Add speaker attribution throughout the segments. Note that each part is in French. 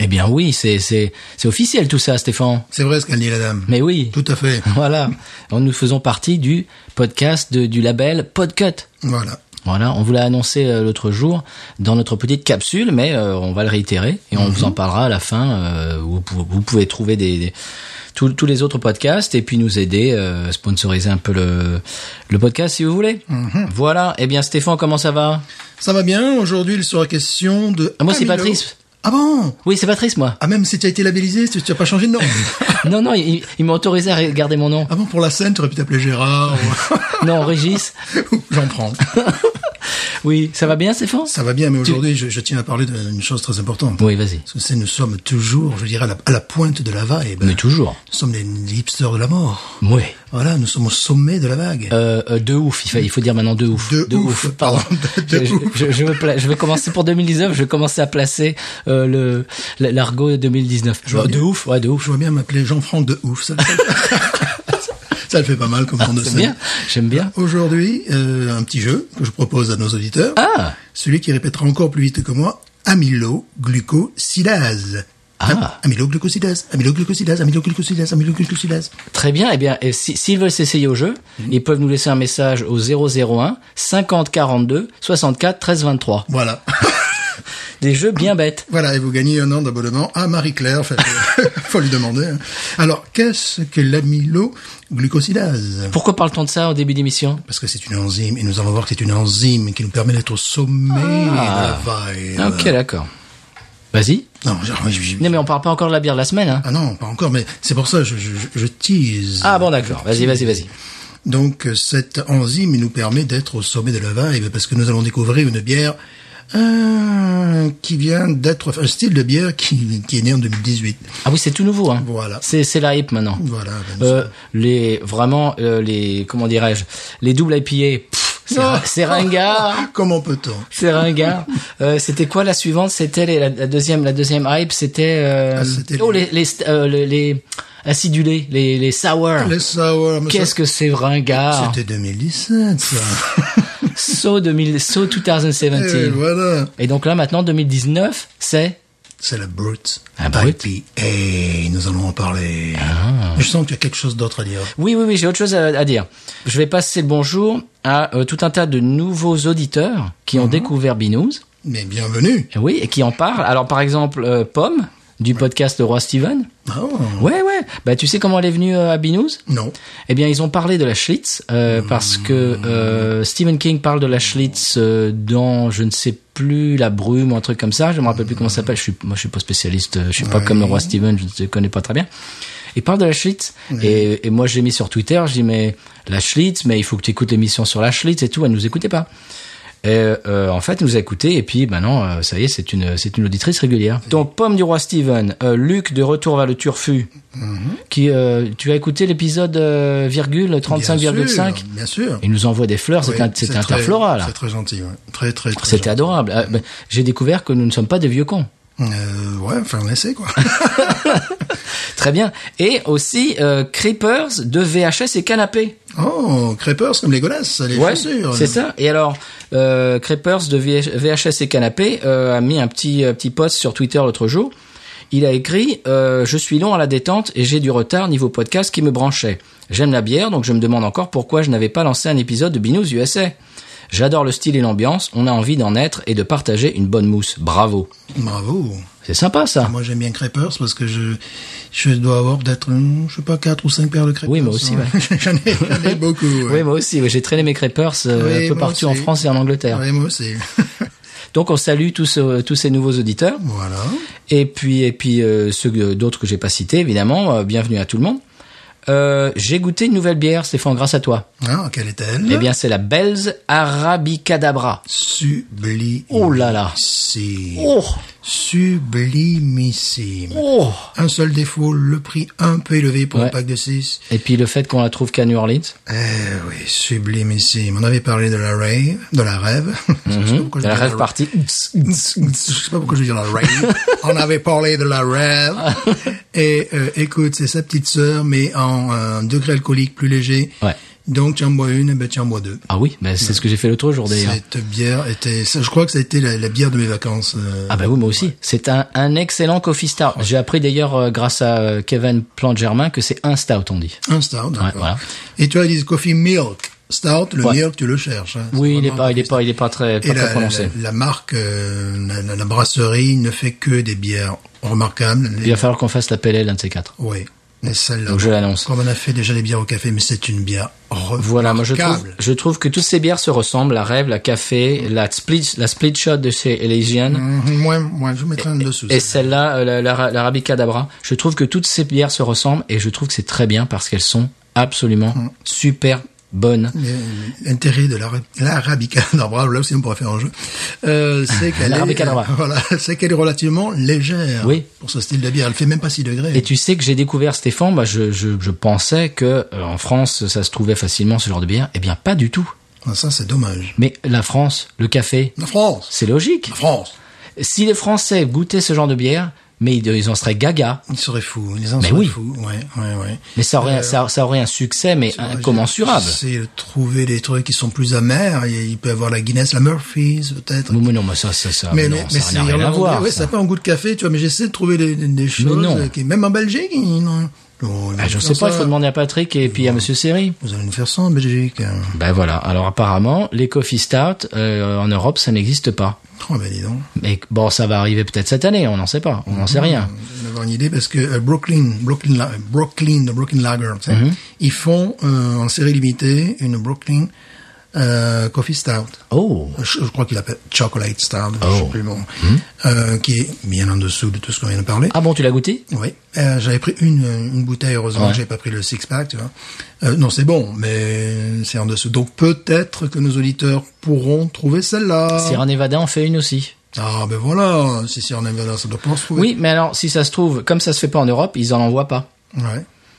Speaker 1: Eh bien oui, c'est c'est- c'est officiel tout ça, Stéphane.
Speaker 2: C'est vrai ce qu'a dit la dame.
Speaker 1: Mais oui,
Speaker 2: Tout à fait.
Speaker 1: voilà. Alors, nous faisons partie du podcast de- du label Podcut.
Speaker 2: Voilà.
Speaker 1: Voilà, on vous l'a annoncé euh, l'autre jour dans notre petite capsule, mais euh, on va le réitérer et on vous en parlera à la fin. euh, où vous, pou- vous pouvez trouver des, des- tous- tous les autres podcasts et puis nous aider, euh, sponsoriser un peu le, le podcast si vous voulez. Voilà, eh bien Stéphane, comment ça va
Speaker 2: Ça va bien. Aujourd'hui, il sera question de.
Speaker 1: Ah, moi, c'est
Speaker 2: Amilo.
Speaker 1: Patrice.
Speaker 2: Ah bon
Speaker 1: Oui, c'est Patrice, moi.
Speaker 2: Ah, même si tu as été labellisé, tu tu as pas changé de nom.
Speaker 1: non, non, il, il m'a autorisé à garder mon nom.
Speaker 2: ah bon, pour la scène, tu aurais pu t'appeler Gérard
Speaker 1: Non, Régis.
Speaker 2: ou. J'en prends.
Speaker 1: Oui, ça va bien Stéphane
Speaker 2: Ça va bien, mais aujourd'hui, je, je tiens à parler d'une chose très importante.
Speaker 1: Oui, vas-y.
Speaker 2: Parce que c'est- nous sommes toujours, je dirais, à la, à la pointe de la vague.
Speaker 1: Mais toujours.
Speaker 2: Nous sommes les hipsters de la mort.
Speaker 1: Oui.
Speaker 2: Voilà, nous sommes au sommet de la vague.
Speaker 1: Euh, euh, de ouf, il faut, il faut dire maintenant de ouf.
Speaker 2: De ouf,
Speaker 1: pardon.
Speaker 2: pardon, de
Speaker 1: je,
Speaker 2: ouf.
Speaker 1: je, je me pla- je vais commencer pour 2019, je vais commencer à placer euh, le la- l'argot 2019.
Speaker 2: vois
Speaker 1: de
Speaker 2: bien.
Speaker 1: ouf, ouais, de ouf.
Speaker 2: Je vois bien m'appeler Jean-Franck de ouf. Ça, le fait- ça le fait pas mal comme nom de
Speaker 1: Ah, C'est
Speaker 2: scène.
Speaker 1: bien, j'aime bien.
Speaker 2: Aujourd'hui, euh, un petit jeu que je propose à nos auditeurs.
Speaker 1: Ah,
Speaker 2: Celui qui répétera encore plus vite que moi, amyloglucosidase.
Speaker 1: Ah.
Speaker 2: Am- Amyloglucosidase, amyloglucosidase, amyloglucosidase, amyloglucosidase.
Speaker 1: très bien. Eh bien, et si- s'ils veulent s'essayer au jeu,
Speaker 2: Mhm.
Speaker 1: ils peuvent nous laisser un message au 001 50 42 64 13 23.
Speaker 2: Voilà.
Speaker 1: Des jeux bien bêtes.
Speaker 2: voilà, et vous gagnez un an d'abonnement à Marie-Claire. Enfin, faut lui demander. hein. Alors, qu'est-ce que l'amyloglucosidase
Speaker 1: Pourquoi parle-t-on de ça au début d'émission
Speaker 2: Parce que c'est une enzyme, et nous allons voir que c'est une enzyme qui nous permet d'être au sommet de la vague.
Speaker 1: Ah. Ok, d'accord. Vas-y.
Speaker 2: Non, j'ai- oui, oui, oui.
Speaker 1: Non, mais on parle pas encore de la bière de la semaine. Hein.
Speaker 2: Ah non, pas encore, mais c'est pour ça que je, je, je- je tease.
Speaker 1: Ah bon, d'accord. Vas-y, vas-y, vas-y.
Speaker 2: Donc euh, cette enzyme nous permet d'être au sommet de la vibe parce que nous allons découvrir une bière euh, qui vient d'être enfin, un style de bière qui, qui est né en 2018.
Speaker 1: Ah oui, c'est tout nouveau. Hein.
Speaker 2: Voilà.
Speaker 1: C'est c'est la hype maintenant.
Speaker 2: Voilà. ben, nous
Speaker 1: Euh,
Speaker 2: sommes-
Speaker 1: les vraiment euh, les comment dirais-je les doubles IPA pff, c'est
Speaker 2: Non.
Speaker 1: ri- c'est ringard
Speaker 2: Ah, Comment peut-on
Speaker 1: c'est ringard Euh, c'était quoi la suivante c'était les- la, la deuxième la deuxième hype c'était euh,
Speaker 2: Ah, c'était
Speaker 1: oh les
Speaker 2: les-
Speaker 1: les, st- euh, les, les acidulés les les sour
Speaker 2: Les sour. mais ça-
Speaker 1: qu'est-ce que c'est ringard
Speaker 2: C'était 2017. Ça.
Speaker 1: so 2000
Speaker 2: Euh,
Speaker 1: so 2017
Speaker 2: Et voilà.
Speaker 1: et donc là maintenant 2019 c'est
Speaker 2: C'est la brute.
Speaker 1: La Brute. Ah.
Speaker 2: IPA. Nous allons en parler. Je sens que tu as quelque chose d'autre à dire.
Speaker 1: Oui, oui, oui, j'ai autre chose à, à dire. Je vais passer le bonjour à euh, tout un tas de nouveaux auditeurs qui ont découvert Binous.
Speaker 2: Mais bienvenue.
Speaker 1: Et Oui, et qui en parlent. Alors, par exemple, euh, Pomme, du podcast Le Roi Steven.
Speaker 2: Oh.
Speaker 1: Ouais, ouais. Bah, tu sais comment elle est venue euh, à Binous
Speaker 2: Non.
Speaker 1: Eh bien, ils ont parlé de la Schlitz, euh, parce que euh, Stephen King parle de la Schlitz euh, dans, je ne sais plus, La Brume ou un truc comme ça. Je ne me rappelle plus comment ça s'appelle. Je suis, moi, je suis pas spécialiste. euh, Je suis pas comme le roi Steven, je ne connais pas très bien. Il parle de la Schlitz. Et, et moi, j'ai mis sur Twitter, j'ai dit, mais la Schlitz, mais il faut que tu écoutes l'émission sur la Schlitz et tout. Elle nous écoutait pas. Et, euh, en fait, elle nous a écouté et puis maintenant, euh, ça y est, c'est une, c'est une auditrice régulière. Donc, Pomme du Roi Steven, euh, Luc de Retour vers le Turfu,
Speaker 2: Mhm.
Speaker 1: qui, euh, tu as écouté l'épisode euh, virgule
Speaker 2: Bien
Speaker 1: 35,5
Speaker 2: sûr, Bien sûr.
Speaker 1: Il nous envoie des fleurs,
Speaker 2: Oui,
Speaker 1: c'était un, c'était
Speaker 2: très-
Speaker 1: interflora là.
Speaker 2: C'est très gentil. ouais. Très, très, très
Speaker 1: C'était
Speaker 2: gentil.
Speaker 1: adorable. Euh, ben, J'ai découvert que nous ne sommes pas des vieux cons.
Speaker 2: Euh, ouais, enfin, on essaie, quoi.
Speaker 1: Très bien. Et aussi euh, Creepers de VHS et Canapé.
Speaker 2: oh, Creepers comme les golasses, les
Speaker 1: Ouais,
Speaker 2: chaussures.
Speaker 1: c'est ça. Et alors, euh, Creepers de VH- VHS et Canapé euh, a mis un petit, euh, petit post sur Twitter l'autre jour. Il a écrit euh, Je suis long à la détente et j'ai du retard niveau podcast qui me branchait. J'aime la bière, donc je me demande encore pourquoi je n'avais pas lancé un épisode de Binous USA. J'adore le style et l'ambiance, on a envie d'en être et de partager une bonne mousse. Bravo.
Speaker 2: Bravo.
Speaker 1: C'est sympa ça.
Speaker 2: Moi, j'aime bien Creepers parce que je, je dois avoir peut-être, hum, je sais pas, quatre ou cinq paires de Creepers.
Speaker 1: Oui, moi aussi,
Speaker 2: j'en ai, j'en ai beaucoup.
Speaker 1: Oui,
Speaker 2: ouais.
Speaker 1: moi aussi, oui, j'ai traîné mes Creepers euh,
Speaker 2: Oui,
Speaker 1: un peu
Speaker 2: moi
Speaker 1: partout en
Speaker 2: aussi.
Speaker 1: France et en Angleterre.
Speaker 2: Ouais, moi aussi.
Speaker 1: Donc on salue tous, ce- tous ces nouveaux auditeurs.
Speaker 2: voilà.
Speaker 1: Et puis, et puis euh, ceux que- d'autres que j'ai pas cités, évidemment, euh, bienvenue à tout le monde. Euh, j'ai goûté une nouvelle bière, Stéphane, grâce à toi.
Speaker 2: Ah, quelle est-elle?
Speaker 1: Eh bien, c'est la Bell's Arabicadabra.
Speaker 2: Sublime.
Speaker 1: Oh là là.
Speaker 2: Si.
Speaker 1: Oh
Speaker 2: sublimissime.
Speaker 1: Oh
Speaker 2: Un seul défaut, le prix un peu élevé pour
Speaker 1: Ouais.
Speaker 2: un pack de 6.
Speaker 1: Et puis le fait qu'on la trouve qu'à New Orleans.
Speaker 2: Eh oui, sublimissime. On avait parlé de la rave, de la rêve. Je sais pas pourquoi je
Speaker 1: Elle
Speaker 2: dis
Speaker 1: Mhm. rêve
Speaker 2: la-
Speaker 1: partie.
Speaker 2: Je sais pas pourquoi je veux dire la rave. On avait parlé de la rave. Et euh, écoute, c'est sa petite sœur, mais en euh, degré alcoolique plus léger.
Speaker 1: Ouais.
Speaker 2: Donc tu en bois une, ben tu en bois deux.
Speaker 1: Ah oui, mais c'est ce que j'ai fait l'autre jour d'ailleurs.
Speaker 2: Cette bière était, ça, je crois que ça a été la, la bière de mes vacances. euh,
Speaker 1: Ah bah oui, moi aussi. C'est un, un excellent coffee stout. J'ai appris d'ailleurs euh, grâce à euh, Kevin Plante-Germain que c'est un stout, on dit.
Speaker 2: Un stout, d'accord.
Speaker 1: voilà.
Speaker 2: Et tu as dit coffee milk. Stout, le
Speaker 1: Ouais.
Speaker 2: milk, tu le cherches. hein.
Speaker 1: Oui, il
Speaker 2: C'est
Speaker 1: est
Speaker 2: vraiment
Speaker 1: pas,
Speaker 2: un
Speaker 1: il est
Speaker 2: coffee
Speaker 1: pas, il est pas très,
Speaker 2: stout.
Speaker 1: pas
Speaker 2: Et
Speaker 1: très
Speaker 2: la,
Speaker 1: prononcé.
Speaker 2: la- la marque, euh, la, la- la brasserie ne fait que des bières remarquables.
Speaker 1: Il va falloir qu'on fasse la PLL d'un de ces quatre.
Speaker 2: Oui, mais celle-là.
Speaker 1: Donc je l'annonce.
Speaker 2: Comme on a fait déjà les bières au café, mais c'est une bière remarquable.
Speaker 1: Voilà, moi je trouve, je trouve que toutes ces bières se ressemblent. La Rêve, la Café, la Split, la Split Shot de chez Elysian.
Speaker 2: Mhm, Moi, moi, je mettrai un dessous.
Speaker 1: Et celle-là,
Speaker 2: celle-là.
Speaker 1: euh, la- la- l'Arabica d'Abra, je trouve que toutes ces bières se ressemblent et je trouve que c'est très bien parce qu'elles sont absolument super bonnes.
Speaker 2: Mais, euh, L'intérêt de l'ara- l'arabica, non, bravo, là aussi on pourrait faire un jeu, euh, c'est qu'elle est,
Speaker 1: L'arabica d'Arba.
Speaker 2: voilà, c'est qu'elle est relativement légère
Speaker 1: Oui.
Speaker 2: pour ce style de bière. Elle fait même pas 6 degrés.
Speaker 1: Et tu sais que j'ai découvert Stéphane, bah je, je, je pensais que euh, en France ça se trouvait facilement ce genre de bière. Eh bien pas du tout.
Speaker 2: Ah, ça, c'est dommage.
Speaker 1: Mais la France, le café,
Speaker 2: La France
Speaker 1: c'est logique.
Speaker 2: La France
Speaker 1: Si les Français goûtaient ce genre de bière, mais ils, ils en seraient gaga.
Speaker 2: Ils seraient fous, les uns
Speaker 1: Mais
Speaker 2: seraient
Speaker 1: oui.
Speaker 2: fous. Ouais, ouais, ouais.
Speaker 1: Mais ça aurait,
Speaker 2: Euh,
Speaker 1: ça, ça aurait un succès mais incommensurable.
Speaker 2: C'est de trouver des trucs qui sont plus amers. Il il peut y avoir la Guinness, la Murphy's, peut-être.
Speaker 1: Non, mais non, ah, mais ça, ça, ça,
Speaker 2: mais
Speaker 1: non,
Speaker 2: mais, mais
Speaker 1: ça
Speaker 2: c'est
Speaker 1: n'a rien à
Speaker 2: irlandais.
Speaker 1: voir.
Speaker 2: Ouais,
Speaker 1: ça.
Speaker 2: ça n'a pas un goût de café, tu vois. Mais j'essaie de trouver des, des- des choses
Speaker 1: non.
Speaker 2: euh, qui, même en Belgique, ils n'ont- Oh, ils
Speaker 1: Ah, je
Speaker 2: vont
Speaker 1: sais
Speaker 2: faire
Speaker 1: pas, il
Speaker 2: ça.
Speaker 1: faut demander à Patrick et puis à Monsieur Seri.
Speaker 2: Vous allez nous faire ça en Belgique. hein.
Speaker 1: Ben voilà. Alors apparemment, les coffee stout euh, en Europe, ça n'existe pas.
Speaker 2: Oh, ben dis donc.
Speaker 1: Mais bon, ça va arriver peut-être cette année. On n'en sait pas. On n'en
Speaker 2: Mm-hmm.
Speaker 1: sait rien.
Speaker 2: Je vais avoir une idée parce que euh, Brooklyn, Brooklyn, La- Brooklyn, de Brooklyn Lager, tu sais,
Speaker 1: Mm-hmm.
Speaker 2: ils font euh, en série limitée une Brooklyn euh, Coffee Stout.
Speaker 1: Oh.
Speaker 2: Je, je crois qu'il l'appelle Chocolate Stout, je
Speaker 1: Oh.
Speaker 2: sais plus bon, euh, qui est bien en dessous de tout ce qu'on vient de parler.
Speaker 1: Ah bon, tu l'as goûté
Speaker 2: Oui, Euh, j'avais pris une, une bouteille, heureusement
Speaker 1: Ouais.
Speaker 2: que j'ai pas pris le six-pack, tu vois. Euh, non, c'est bon, mais c'est en dessous. Donc peut-être que nos auditeurs pourront trouver celle-là.
Speaker 1: Sierra Nevada en fait une aussi.
Speaker 2: Ah ben voilà, si c'est en Nevada, ça doit pouvoir se trouver.
Speaker 1: Oui, mais alors si ça se trouve, comme ça se fait pas en Europe, ils en envoient pas.
Speaker 2: Ouais,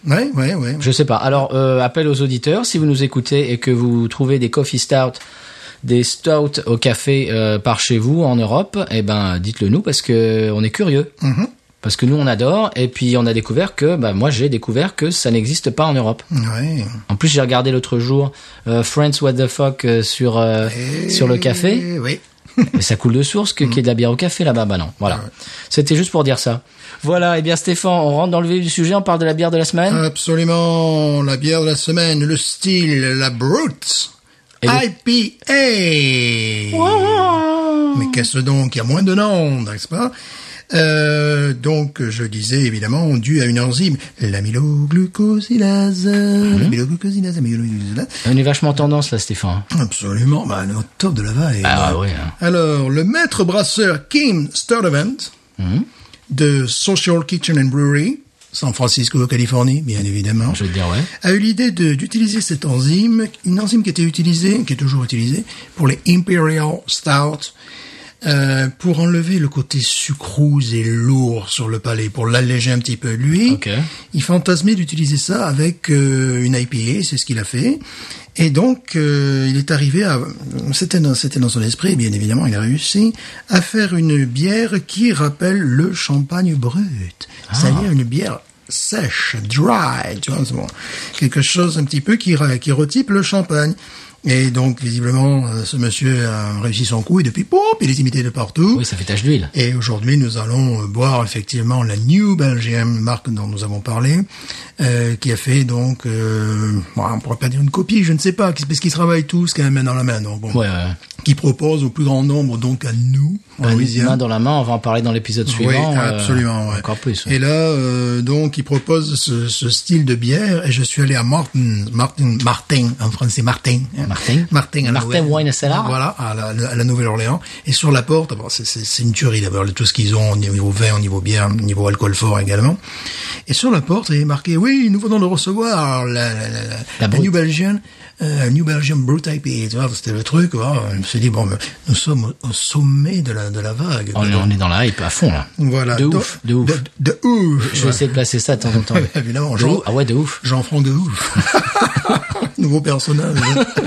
Speaker 2: ouais, ouais, ouais.
Speaker 1: Je sais pas. Alors euh, appel aux auditeurs, si vous nous écoutez et que vous trouvez des coffee stout, des stouts au café euh, par chez vous en Europe, eh ben dites-le nous parce que on est curieux.
Speaker 2: Mhm.
Speaker 1: Parce que nous on adore et puis on a découvert que, bah moi j'ai découvert que ça n'existe pas en Europe.
Speaker 2: Ouais.
Speaker 1: En plus j'ai regardé l'autre jour euh, Friends What the Fuck euh, sur euh, sur le café.
Speaker 2: Eh Oui.
Speaker 1: Mais ça coule de source que qu'il y ait de la bière au café là-bas. Bah non, voilà. C'était juste pour dire ça. Voilà, et bien Stéphane, on rentre dans le vif du sujet, on parle de la bière de la semaine.
Speaker 2: Ah. Absolument. La bière de la semaine, le style, la brute.
Speaker 1: Et le-
Speaker 2: IPA. Mais qu'est-ce donc Il y a moins de noms, n'est-ce pas euh, donc, je disais évidemment dû à une enzyme, l'amyloglucosilase.
Speaker 1: Mhm.
Speaker 2: L'amyloglucosilase, l'amyloglucosilase.
Speaker 1: On est vachement tendance là, Stéphane.
Speaker 2: Absolument, bah, on est au top de la vague.
Speaker 1: Ah ouais, ouais, hein.
Speaker 2: Alors, le maître brasseur Kim Sturdevant
Speaker 1: Mhm.
Speaker 2: de Social Kitchen and Brewery, San Francisco, Californie, bien évidemment,
Speaker 1: Je veux dire ouais.
Speaker 2: a eu l'idée de- d'utiliser cette enzyme, une enzyme qui était utilisée, qui est toujours utilisée, pour les Imperial Stout, euh, pour enlever le côté sucrose et lourd sur le palais, pour l'alléger un petit peu. Lui,
Speaker 1: Ok.
Speaker 2: il fantasmait d'utiliser ça avec euh, une IPA, c'est ce qu'il a fait. Et donc, euh, il est arrivé à, c'était dans, c'était dans son esprit, bien évidemment, il a réussi à faire une bière qui rappelle le champagne brut. C'est-à-dire une bière sèche, dry, tu vois, c'est bon. quelque chose un petit peu qui, re- qui retype le champagne. Et donc, visiblement, euh, ce monsieur a réussi son coup et depuis, pop, il est imité de partout.
Speaker 1: Oui, ça fait tache d'huile.
Speaker 2: Et aujourd'hui, nous allons euh, boire effectivement la New Belgium, marque dont nous avons parlé, euh, qui a fait donc, euh, bon, on pourrait pas dire une copie, je ne sais pas, qui- parce qu'ils travaillent tous quand même main dans la main, donc bon,
Speaker 1: Ouais, ouais, ouais.
Speaker 2: qui propose au plus grand nombre, donc à nous, en
Speaker 1: Une
Speaker 2: Louisiane.
Speaker 1: main dans la main, on va en parler dans l'épisode suivant.
Speaker 2: Oui,
Speaker 1: euh,
Speaker 2: absolument. ouais.
Speaker 1: Encore plus. ouais.
Speaker 2: Et là, euh, donc, il propose ce, ce style de bière et je suis allé à Martin, Martin, Martin, en français, Martin. hein.
Speaker 1: Martin.
Speaker 2: Martin, à la
Speaker 1: Martin
Speaker 2: Nouvelle-
Speaker 1: Wine Cellar.
Speaker 2: Voilà, à la, à la Nouvelle-Orléans. Et sur la porte, bon, c'est- c'est c'est une tuerie d'abord, tout ce qu'ils ont au niveau vin, au niveau bière, au niveau alcool fort également. Et sur la porte, il est marqué, oui, nous venons de recevoir la, la, la,
Speaker 1: La brute.
Speaker 2: New Belgian euh, New Belgium Brut IPA, tu vois, c'était le truc, oh, on se dit, bon, ben, nous sommes au- au sommet de la, de la vague.
Speaker 1: On, est- on est dans la hype à fond, là.
Speaker 2: Voilà.
Speaker 1: De
Speaker 2: Donc-
Speaker 1: ouf, de ouf.
Speaker 2: De, de ouf.
Speaker 1: Je vais essayer de placer ça de temps en temps.
Speaker 2: Ouais, évidemment,
Speaker 1: De
Speaker 2: Jean-
Speaker 1: ouf. Ah ouais, de ouf.
Speaker 2: Jean-Franc de ouf. Nouveau personnage. hein.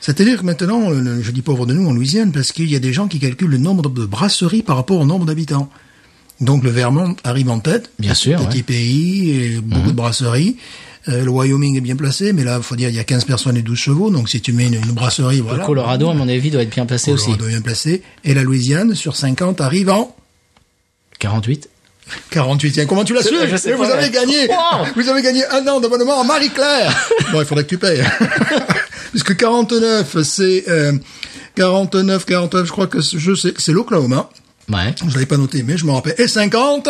Speaker 2: C'est-à-dire que maintenant, le- le- je dis pauvre de nous en Louisiane, parce qu'il y a des gens qui calculent le nombre de brasseries par rapport au nombre d'habitants. Donc le Vermont arrive en tête.
Speaker 1: Bien
Speaker 2: Petit-
Speaker 1: sûr, ouais.
Speaker 2: Petit
Speaker 1: Mhm.
Speaker 2: pays, et beaucoup de brasseries. Euh, le Wyoming est bien placé, mais là, faut dire, il y a 15 personnes et 12 chevaux. Donc si tu mets une, une brasserie, voilà.
Speaker 1: Le Colorado, à mon avis, doit être bien placé
Speaker 2: Colorado
Speaker 1: aussi.
Speaker 2: est bien placé. Et la Louisiane, sur 50, arrive en
Speaker 1: 48.
Speaker 2: 48 tiens, Comment tu l'as su
Speaker 1: Euh, je sais
Speaker 2: Mais
Speaker 1: pas,
Speaker 2: Vous avez
Speaker 1: mais-
Speaker 2: gagné
Speaker 1: Wow
Speaker 2: Vous avez gagné un an d'abonnement à Marie-Claire Bon, il faudrait que tu payes. Puisque 49, c'est... euh, 49, 49, je crois que c'est- je sais, c'est l'Oklahoma.
Speaker 1: Ouais.
Speaker 2: Je l'avais pas noté, mais je m'en rappelle. Et 50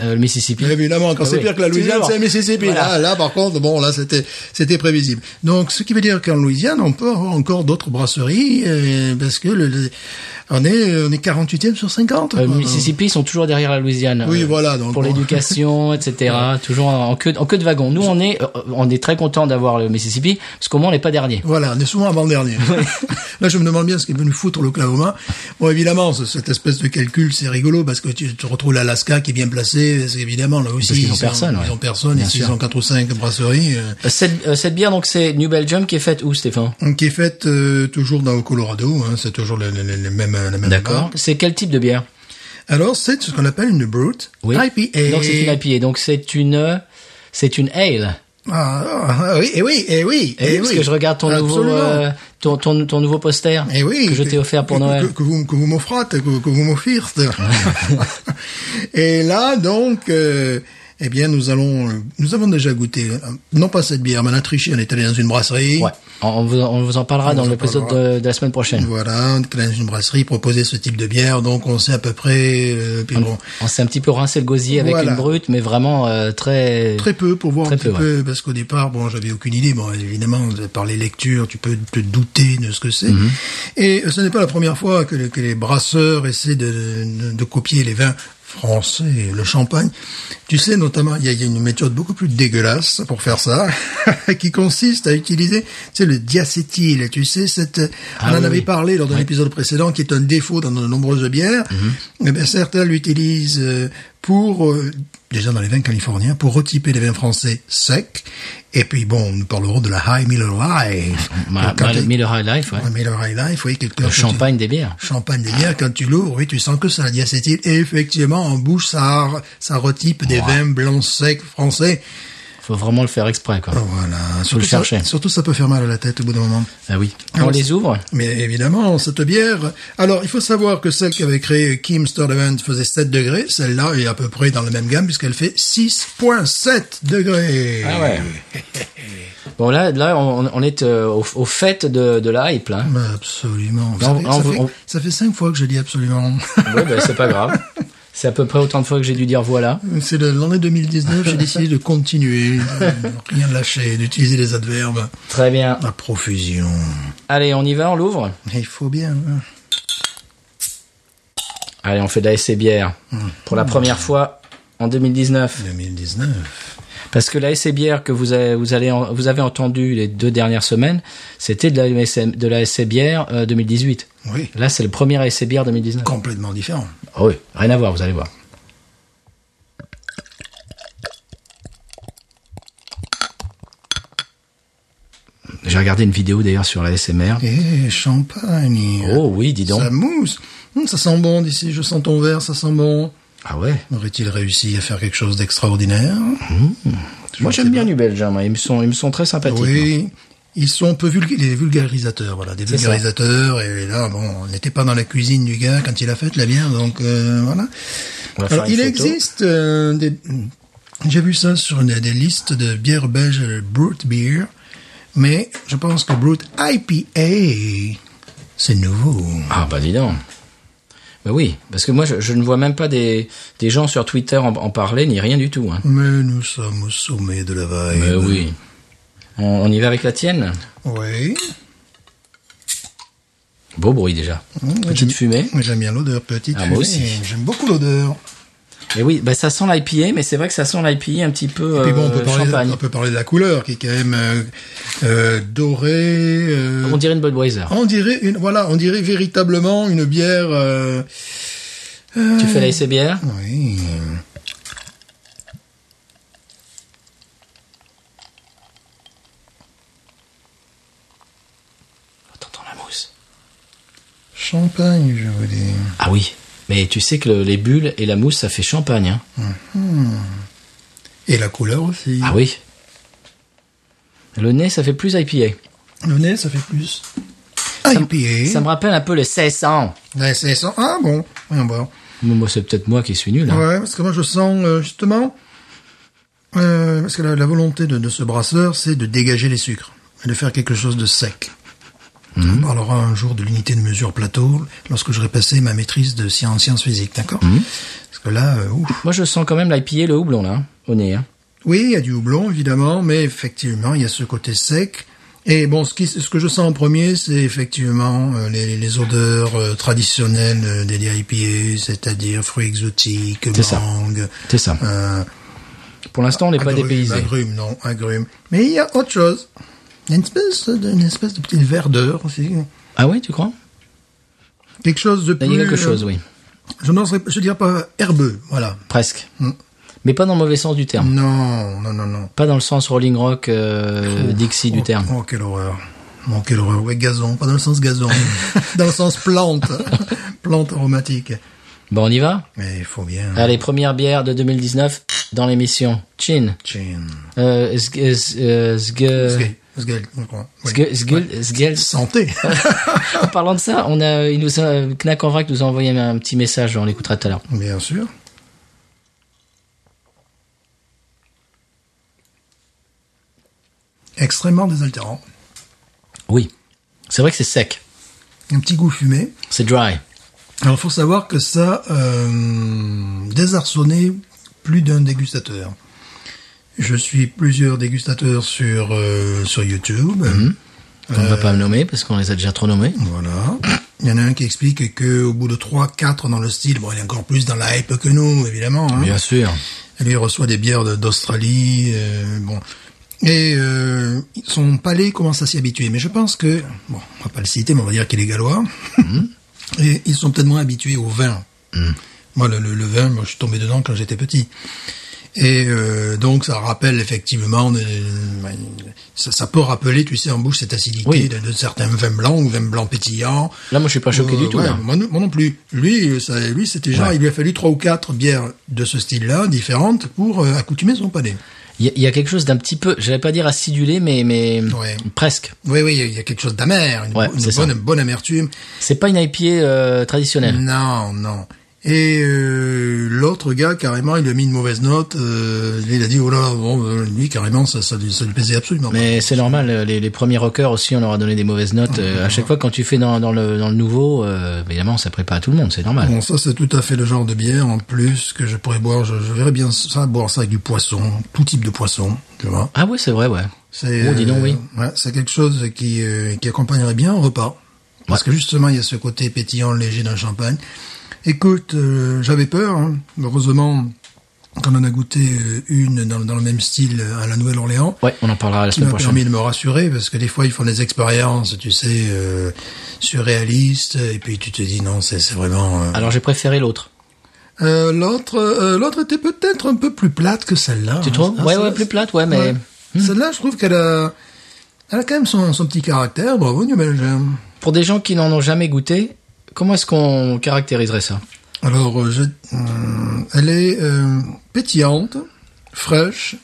Speaker 1: Euh, le Mississippi.
Speaker 2: Évidemment, quand
Speaker 1: Ah
Speaker 2: c'est
Speaker 1: oui,
Speaker 2: pire que la Louisiane,
Speaker 1: toujours.
Speaker 2: c'est le Mississippi. Ah,
Speaker 1: Voilà.
Speaker 2: Là, là, par contre, bon, là, c'était, c'était prévisible. Donc, ce qui veut dire qu'en Louisiane, on peut avoir encore d'autres brasseries, euh, parce que le, le- on est, on est 48e sur 50.
Speaker 1: Euh,
Speaker 2: quoi.
Speaker 1: Mississippi, ils sont toujours derrière la Louisiane.
Speaker 2: Oui,
Speaker 1: Euh,
Speaker 2: voilà, donc
Speaker 1: pour
Speaker 2: bon.
Speaker 1: l'éducation, etc. Toujours en queue, en queue de wagon. Nous, on est, euh, on est très content d'avoir le Mississippi, parce qu'au moins, on n'est pas dernier.
Speaker 2: Voilà, on est souvent avant le dernier. Là, je me demande bien ce qui est venu foutre l'Oklahoma. Bon, évidemment, ce- cette espèce de calcul, c'est rigolo parce que tu, tu retrouves l'Alaska qui est bien placé. c'est Évidemment, là aussi,
Speaker 1: qu'ils ont
Speaker 2: ont-
Speaker 1: personne, ouais.
Speaker 2: Ils ont personne.
Speaker 1: Bien
Speaker 2: Ici, ils
Speaker 1: sûr.
Speaker 2: ont quatre ou cinq brasseries euh,
Speaker 1: Euh, Cette, euh, cette bière, donc, c'est New Belgium qui est faite où, Stéphane
Speaker 2: qui est faite euh, toujours dans le Colorado. hein, c'est toujours les, les- les- les mêmes, la même
Speaker 1: D'accord.
Speaker 2: marque.
Speaker 1: C'est quel type de bière
Speaker 2: Alors, c'est ce qu'on appelle une brute IPA.
Speaker 1: Donc, c'est une IPA. Donc, c'est une, euh, c'est une ale.
Speaker 2: Ah, ah, oui, et oui, et oui,
Speaker 1: Eh oui, parce que je regarde ton nouveau,
Speaker 2: Absolument.
Speaker 1: euh, ton, ton, ton nouveau poster
Speaker 2: Eh oui,
Speaker 1: que je t'ai offert pour
Speaker 2: que-
Speaker 1: Noël.
Speaker 2: Que, que vous, que vous m'offrâtes, que, que vous m'offrirtes. et là, donc, euh, eh bien, nous allons, nous avons déjà goûté, euh, non pas cette bière, mais on a triché, on est allé dans une brasserie.
Speaker 1: Ouais. On- On vous, on vous en parlera
Speaker 2: On
Speaker 1: dans
Speaker 2: vous en
Speaker 1: l'épisode
Speaker 2: parlera.
Speaker 1: de, de la semaine prochaine.
Speaker 2: Voilà, on est allé dans une brasserie, proposer ce type de bière, donc on sait à peu près, euh, puis bon,
Speaker 1: On s'est un petit peu rincé le gosier avec
Speaker 2: Voilà.
Speaker 1: une brute, mais vraiment euh, très.
Speaker 2: Très peu pour voir
Speaker 1: Très
Speaker 2: un petit
Speaker 1: peu,
Speaker 2: peu, parce qu'au départ, bon, j'avais aucune idée. Bon, évidemment, par les lectures, tu peux te douter de ce que c'est.
Speaker 1: Mhm.
Speaker 2: Et euh, ce n'est pas la première fois que, le- que les brasseurs essaient de, de- de copier les vins français, le champagne. Tu sais, notamment, il y a, il y a une méthode beaucoup plus dégueulasse pour faire ça, qui consiste à utiliser, tu sais, le diacétyl. Tu sais, cette,
Speaker 1: Ah
Speaker 2: on
Speaker 1: oui,
Speaker 2: en avait
Speaker 1: oui. Mhm.
Speaker 2: parlé lors d'un épisode précédent, qui est un défaut dans de nombreuses bières. Eh ben, certains l'utilisent euh, pour, euh, déjà dans les vins californiens, pour retyper les vins français secs. Et puis bon, nous parlerons de la High Miller Life.
Speaker 1: Ma,
Speaker 2: Quand
Speaker 1: ma-
Speaker 2: tu-
Speaker 1: Miller High Life, ouais.
Speaker 2: Ouais, Miller High Life, oui, quelque
Speaker 1: Le champagne des bières.
Speaker 2: Champagne des bières, quand tu l'ouvres, oui, tu sens que c'est la diacétyl. Et effectivement, en bouche, ça, ça retype des vins blancs secs français.
Speaker 1: Faut vraiment le faire exprès,
Speaker 2: Ah.
Speaker 1: quoi.
Speaker 2: Voilà. Surtout,
Speaker 1: le
Speaker 2: ça-
Speaker 1: chercher.
Speaker 2: surtout, ça peut faire mal à la tête au bout d'un moment.
Speaker 1: Ah oui.
Speaker 2: Ah
Speaker 1: on
Speaker 2: ouais,
Speaker 1: les ouvre.
Speaker 2: Mais évidemment, cette bière. Alors, il faut savoir que celle qu'avait créée Kim Sturdevant faisait 7 degrés. Celle-là est à peu près dans la même gamme puisqu'elle fait 6.7 degrés.
Speaker 1: Ah Bon, là, là, on, on est euh, au, au fait de, de la hype, hein. là.
Speaker 2: Mais Absolument.
Speaker 1: Non,
Speaker 2: ça, fait,
Speaker 1: non,
Speaker 2: ça
Speaker 1: vous-
Speaker 2: fait-
Speaker 1: on-
Speaker 2: ça fait cinq fois que je dis absolument.
Speaker 1: ouais, ben, c'est pas grave. C'est à peu près autant de fois que j'ai dû dire voilà.
Speaker 2: C'est le- l'année 2019, j'ai décidé de continuer, de ne rien lâcher, d'utiliser les adverbes
Speaker 1: Très bien.
Speaker 2: à profusion.
Speaker 1: Allez, on y va, on l'ouvre.
Speaker 2: Il faut bien. hein.
Speaker 1: Allez, on fait de la SC bière. Pour la première fois en 2019.
Speaker 2: 2019.
Speaker 1: Parce que la SC bière que vous avez, vous allez en- vous avez entendu les deux dernières semaines, c'était de la, SM de la SC bière euh, 2018.
Speaker 2: Oui.
Speaker 1: Là, c'est le premier SC bière 2019.
Speaker 2: Complètement différent.
Speaker 1: Ah oui, rien à voir, vous allez voir. J'ai regardé une vidéo d'ailleurs sur la SMR.
Speaker 2: Et champagne.
Speaker 1: Oh oui, dis donc.
Speaker 2: Ça mousse. Hum, ça sent bon d'ici. Je sens ton verre, ça sent bon.
Speaker 1: Ah ouais.
Speaker 2: Aurait-il réussi à faire quelque chose d'extraordinaire
Speaker 1: Moi j'aime bien New Belgium, hein. ils me sont, ils me sont très sympathiques.
Speaker 2: Oui. Ils sont un peu vulga- des vulgarisateurs, voilà, des
Speaker 1: C'est ça.
Speaker 2: vulgarisateurs. Et là, bon, on n'était pas dans la cuisine du gars quand il a fait la bière, donc euh, voilà.
Speaker 1: On va faire
Speaker 2: Alors,
Speaker 1: une
Speaker 2: il
Speaker 1: photo.
Speaker 2: existe euh, des. J'ai vu ça sur une- des listes de bières belges, euh, Brut Beer, mais je pense que Brut IPA, c'est nouveau.
Speaker 1: Ah bah dis donc. Bah oui, parce que moi je, je ne vois même pas des, des gens sur Twitter en, en parler, ni rien du tout. hein.
Speaker 2: Mais nous sommes au sommet de la vague.
Speaker 1: Mais oui. On, on y va avec la tienne
Speaker 2: Oui.
Speaker 1: Beau bruit déjà.
Speaker 2: Mmh,
Speaker 1: Petite
Speaker 2: j'aime-
Speaker 1: fumée. Mm.
Speaker 2: J'aime bien l'odeur, petite
Speaker 1: Ah,
Speaker 2: fumée.
Speaker 1: moi aussi.
Speaker 2: J'aime beaucoup l'odeur.
Speaker 1: Et oui, bah ça sent l'IPA, mais c'est vrai que ça sent l'IPA un petit peu
Speaker 2: Et puis bon, on
Speaker 1: euh,
Speaker 2: peut, parler,
Speaker 1: champagne.
Speaker 2: on peut parler de la couleur qui est quand même euh, euh, dorée. euh,
Speaker 1: On dirait une Budweiser.
Speaker 2: on dirait une, voilà, on dirait véritablement une bière. euh,
Speaker 1: Tu fais la essai bière
Speaker 2: oui.
Speaker 1: T'entends la mousse
Speaker 2: Champagne, je vous dis.
Speaker 1: Ah oui. Mais tu sais que le- les bulles et la mousse, ça fait champagne. Hein.
Speaker 2: Et la couleur aussi.
Speaker 1: Ah oui. Le nez, ça fait plus IPA.
Speaker 2: Le nez, ça fait plus.
Speaker 1: Ça me-
Speaker 2: IPA.
Speaker 1: Ça me rappelle un peu le 1600.
Speaker 2: Ouais, c'est ça. Ah bon, voyons voir.
Speaker 1: Bon, moi, c'est peut-être moi qui suis nul. hein.
Speaker 2: Ouais, parce que moi je sens euh, justement, euh, parce que la, la volonté de, de ce brasseur, c'est de dégager les sucres et de faire quelque chose de sec.
Speaker 1: Mhm.
Speaker 2: On parlera un jour de l'unité de mesure plateau lorsque j'aurai passé ma maîtrise de sciences, en sciences physiques, d'accord
Speaker 1: Mhm.
Speaker 2: Parce que là, euh, ouf.
Speaker 1: Moi, je sens quand même l'IPA, le houblon, là, hein, au nez. hein.
Speaker 2: Oui, il y a du houblon évidemment, mais effectivement, il y a ce côté sec. Et bon, ce, qui, ce que je sens en premier, c'est effectivement euh, les, les odeurs euh, traditionnelles euh, des IPA, c'est-à-dire fruits exotiques,
Speaker 1: C'est ça.
Speaker 2: mangue,
Speaker 1: C'est ça.
Speaker 2: euh,
Speaker 1: Pour l'instant, on n'est pas
Speaker 2: Agrumes,
Speaker 1: dépaysé.
Speaker 2: Agrumes, non, agrumes. Mais il y a autre chose. Il y a une espèce de, une espèce de petite verdeur aussi.
Speaker 1: Ah oui, tu crois
Speaker 2: Quelque chose de plus... euh,
Speaker 1: Il y a quelque chose, oui.
Speaker 2: Je n'en serais- je dirais pas herbeux, voilà.
Speaker 1: Presque.
Speaker 2: Mm.
Speaker 1: Mais pas dans le mauvais sens du terme.
Speaker 2: Non, non, non, non.
Speaker 1: Pas dans le sens Rolling Rock, euh, Dixie du terme.
Speaker 2: Oh, oh, quelle horreur. Oh, quelle horreur. Oui, gazon. Pas dans le sens gazon. dans le sens plante. plante aromatique.
Speaker 1: Bon, on y va
Speaker 2: Mais il faut bien.
Speaker 1: Allez, première bière de 2019 dans l'émission. Chin.
Speaker 2: Chin.
Speaker 1: Euh, zg- z- euh, zg-
Speaker 2: Sgay. Sgay, je crois. Oui.
Speaker 1: zg- zgul- zgel.
Speaker 2: Santé.
Speaker 1: En parlant de ça, on a, il nous a, Knack en vrac nous a envoyé un petit message, on l'écoutera tout à l'heure.
Speaker 2: bien sûr. Extrêmement désaltérant.
Speaker 1: Oui. C'est vrai que c'est sec.
Speaker 2: un petit goût fumé.
Speaker 1: C'est dry.
Speaker 2: Alors, faut savoir que ça euh, désarçonnait plus d'un dégustateur. Je suis plusieurs dégustateurs sur euh, sur YouTube.
Speaker 1: On ne va pas me nommer parce qu'on les a déjà trop nommés.
Speaker 2: Voilà. Il y en a un qui explique que au bout de 3 4 dans le style, bon, il est encore plus dans la hype que nous, évidemment. hein.
Speaker 1: sûr.
Speaker 2: Et Lui il reçoit des bières de- d'Australie, euh, bon. Et euh, son palais commence à s'y habituer. Mais je pense que, bon, on va pas le citer, mais on va dire qu'il est gallois. Et ils sont peut-être moins habitués au vin. Moi, le, le- le vin, moi, je suis tombé dedans quand j'étais petit. Et euh, donc, ça rappelle effectivement, des- ça, ça peut rappeler, tu sais, en bouche cette acidité
Speaker 1: Oui.
Speaker 2: de, de certains vins blancs ou vins blancs pétillants.
Speaker 1: Là, moi, je suis pas choqué
Speaker 2: Euh,
Speaker 1: du tout.
Speaker 2: ouais,
Speaker 1: là.
Speaker 2: moi, non- moi non plus. Lui, euh, ça, lui, c'était genre,
Speaker 1: Ouais.
Speaker 2: il lui a fallu trois ou quatre bières de ce style-là, différentes, pour euh, accoutumer son palais.
Speaker 1: Il y, a- il y a quelque chose d'un petit peu, j'allais pas dire acidulé, mais, mais
Speaker 2: Ouais.
Speaker 1: presque.
Speaker 2: Oui, oui, il y a quelque chose d'amer, une,
Speaker 1: Ouais,
Speaker 2: bo- une
Speaker 1: c'est ça.
Speaker 2: bonne, une bonne amertume.
Speaker 1: C'est pas une IPA euh, traditionnelle.
Speaker 2: Non, non. Et euh, l'autre gars, carrément, il lui a mis une mauvaise note. euh, il a dit, oh là, là, bon, euh, lui, carrément, ça, ça, lui- ça lui plaisait absolument. pas.
Speaker 1: Mais c'est normal, euh, les, les premiers rockers aussi, on leur a donné des mauvaises notes. euh, à chaque fois, quand tu fais dans, dans, le, dans le nouveau, euh, évidemment, ça prépare à tout le monde, c'est normal.
Speaker 2: Bon, ça, c'est tout à fait le genre de bière, en plus, que je pourrais boire. Je, je verrais bien ça, boire ça avec du poisson, tout type de poisson, tu vois.
Speaker 1: Ah oui, c'est vrai, ouais.
Speaker 2: C'est euh,
Speaker 1: Oh, dis donc, oui.
Speaker 2: ouais, c'est quelque chose qui, euh, qui accompagnerait bien un repas. Parce
Speaker 1: Ouais.
Speaker 2: que justement, il y a ce côté pétillant, léger d'un champagne. Écoute, euh, j'avais peur. hein. Heureusement, quand on en a goûté euh, une dans, dans le même style euh, à la Nouvelle-Orléans,
Speaker 1: Ouais, on en parlera la
Speaker 2: qui
Speaker 1: semaine
Speaker 2: m'a
Speaker 1: prochaine.
Speaker 2: permis de me rassurer. Parce que des fois, ils font des expériences, tu sais, euh, surréalistes. Et puis tu te dis, non, c'est c'est vraiment... euh.
Speaker 1: Alors j'ai préféré l'autre. Ah.
Speaker 2: Euh, l'autre euh, l'autre était peut-être un peu plus plate que celle-là.
Speaker 1: Tu
Speaker 2: hein.
Speaker 1: trouves
Speaker 2: Ah,
Speaker 1: Ouais,
Speaker 2: celle-là,
Speaker 1: ouais, plus plate, ouais, mais... hmm.
Speaker 2: Ouais. Celle-là, je trouve qu'elle a, elle a quand même son, son petit caractère. Bravo, New Belgium.
Speaker 1: Pour des gens qui n'en ont jamais goûté, comment est-ce qu'on caractériserait ça
Speaker 2: Alors, euh, je, hum, elle est euh, pétillante, fraîche,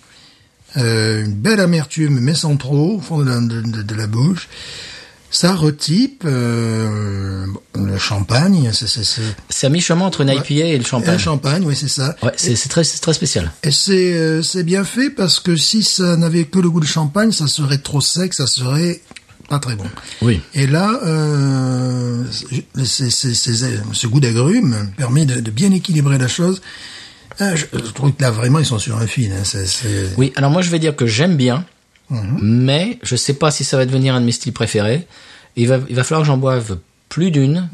Speaker 2: euh, une belle amertume, mais sans trop, au fond de la, de- de- de la bouche. Ça retype euh, le champagne. C'est, c'est, c'est-
Speaker 1: C'est à mi-chemin entre une IPA et le champagne.
Speaker 2: Un champagne, oui, c'est ça.
Speaker 1: Ouais, c'est c'est très, c'est très spécial.
Speaker 2: Et c'est euh, c'est bien fait parce que si ça n'avait que le goût de champagne, ça serait trop sec, ça serait pas très bon.
Speaker 1: Oui.
Speaker 2: Et là, euh, c'est- c'est- c'est- c'est- ce goût d'agrumes permet de, de bien équilibrer la chose. Ah, je, je trouve que là, vraiment, ils sont sur un fil. hein, c'est- c'est-
Speaker 1: Euh, Oui, alors moi je vais dire que j'aime bien, mais je sais pas si ça va devenir un de mes styles préférés. Il va, il va falloir que j'en boive plus d'une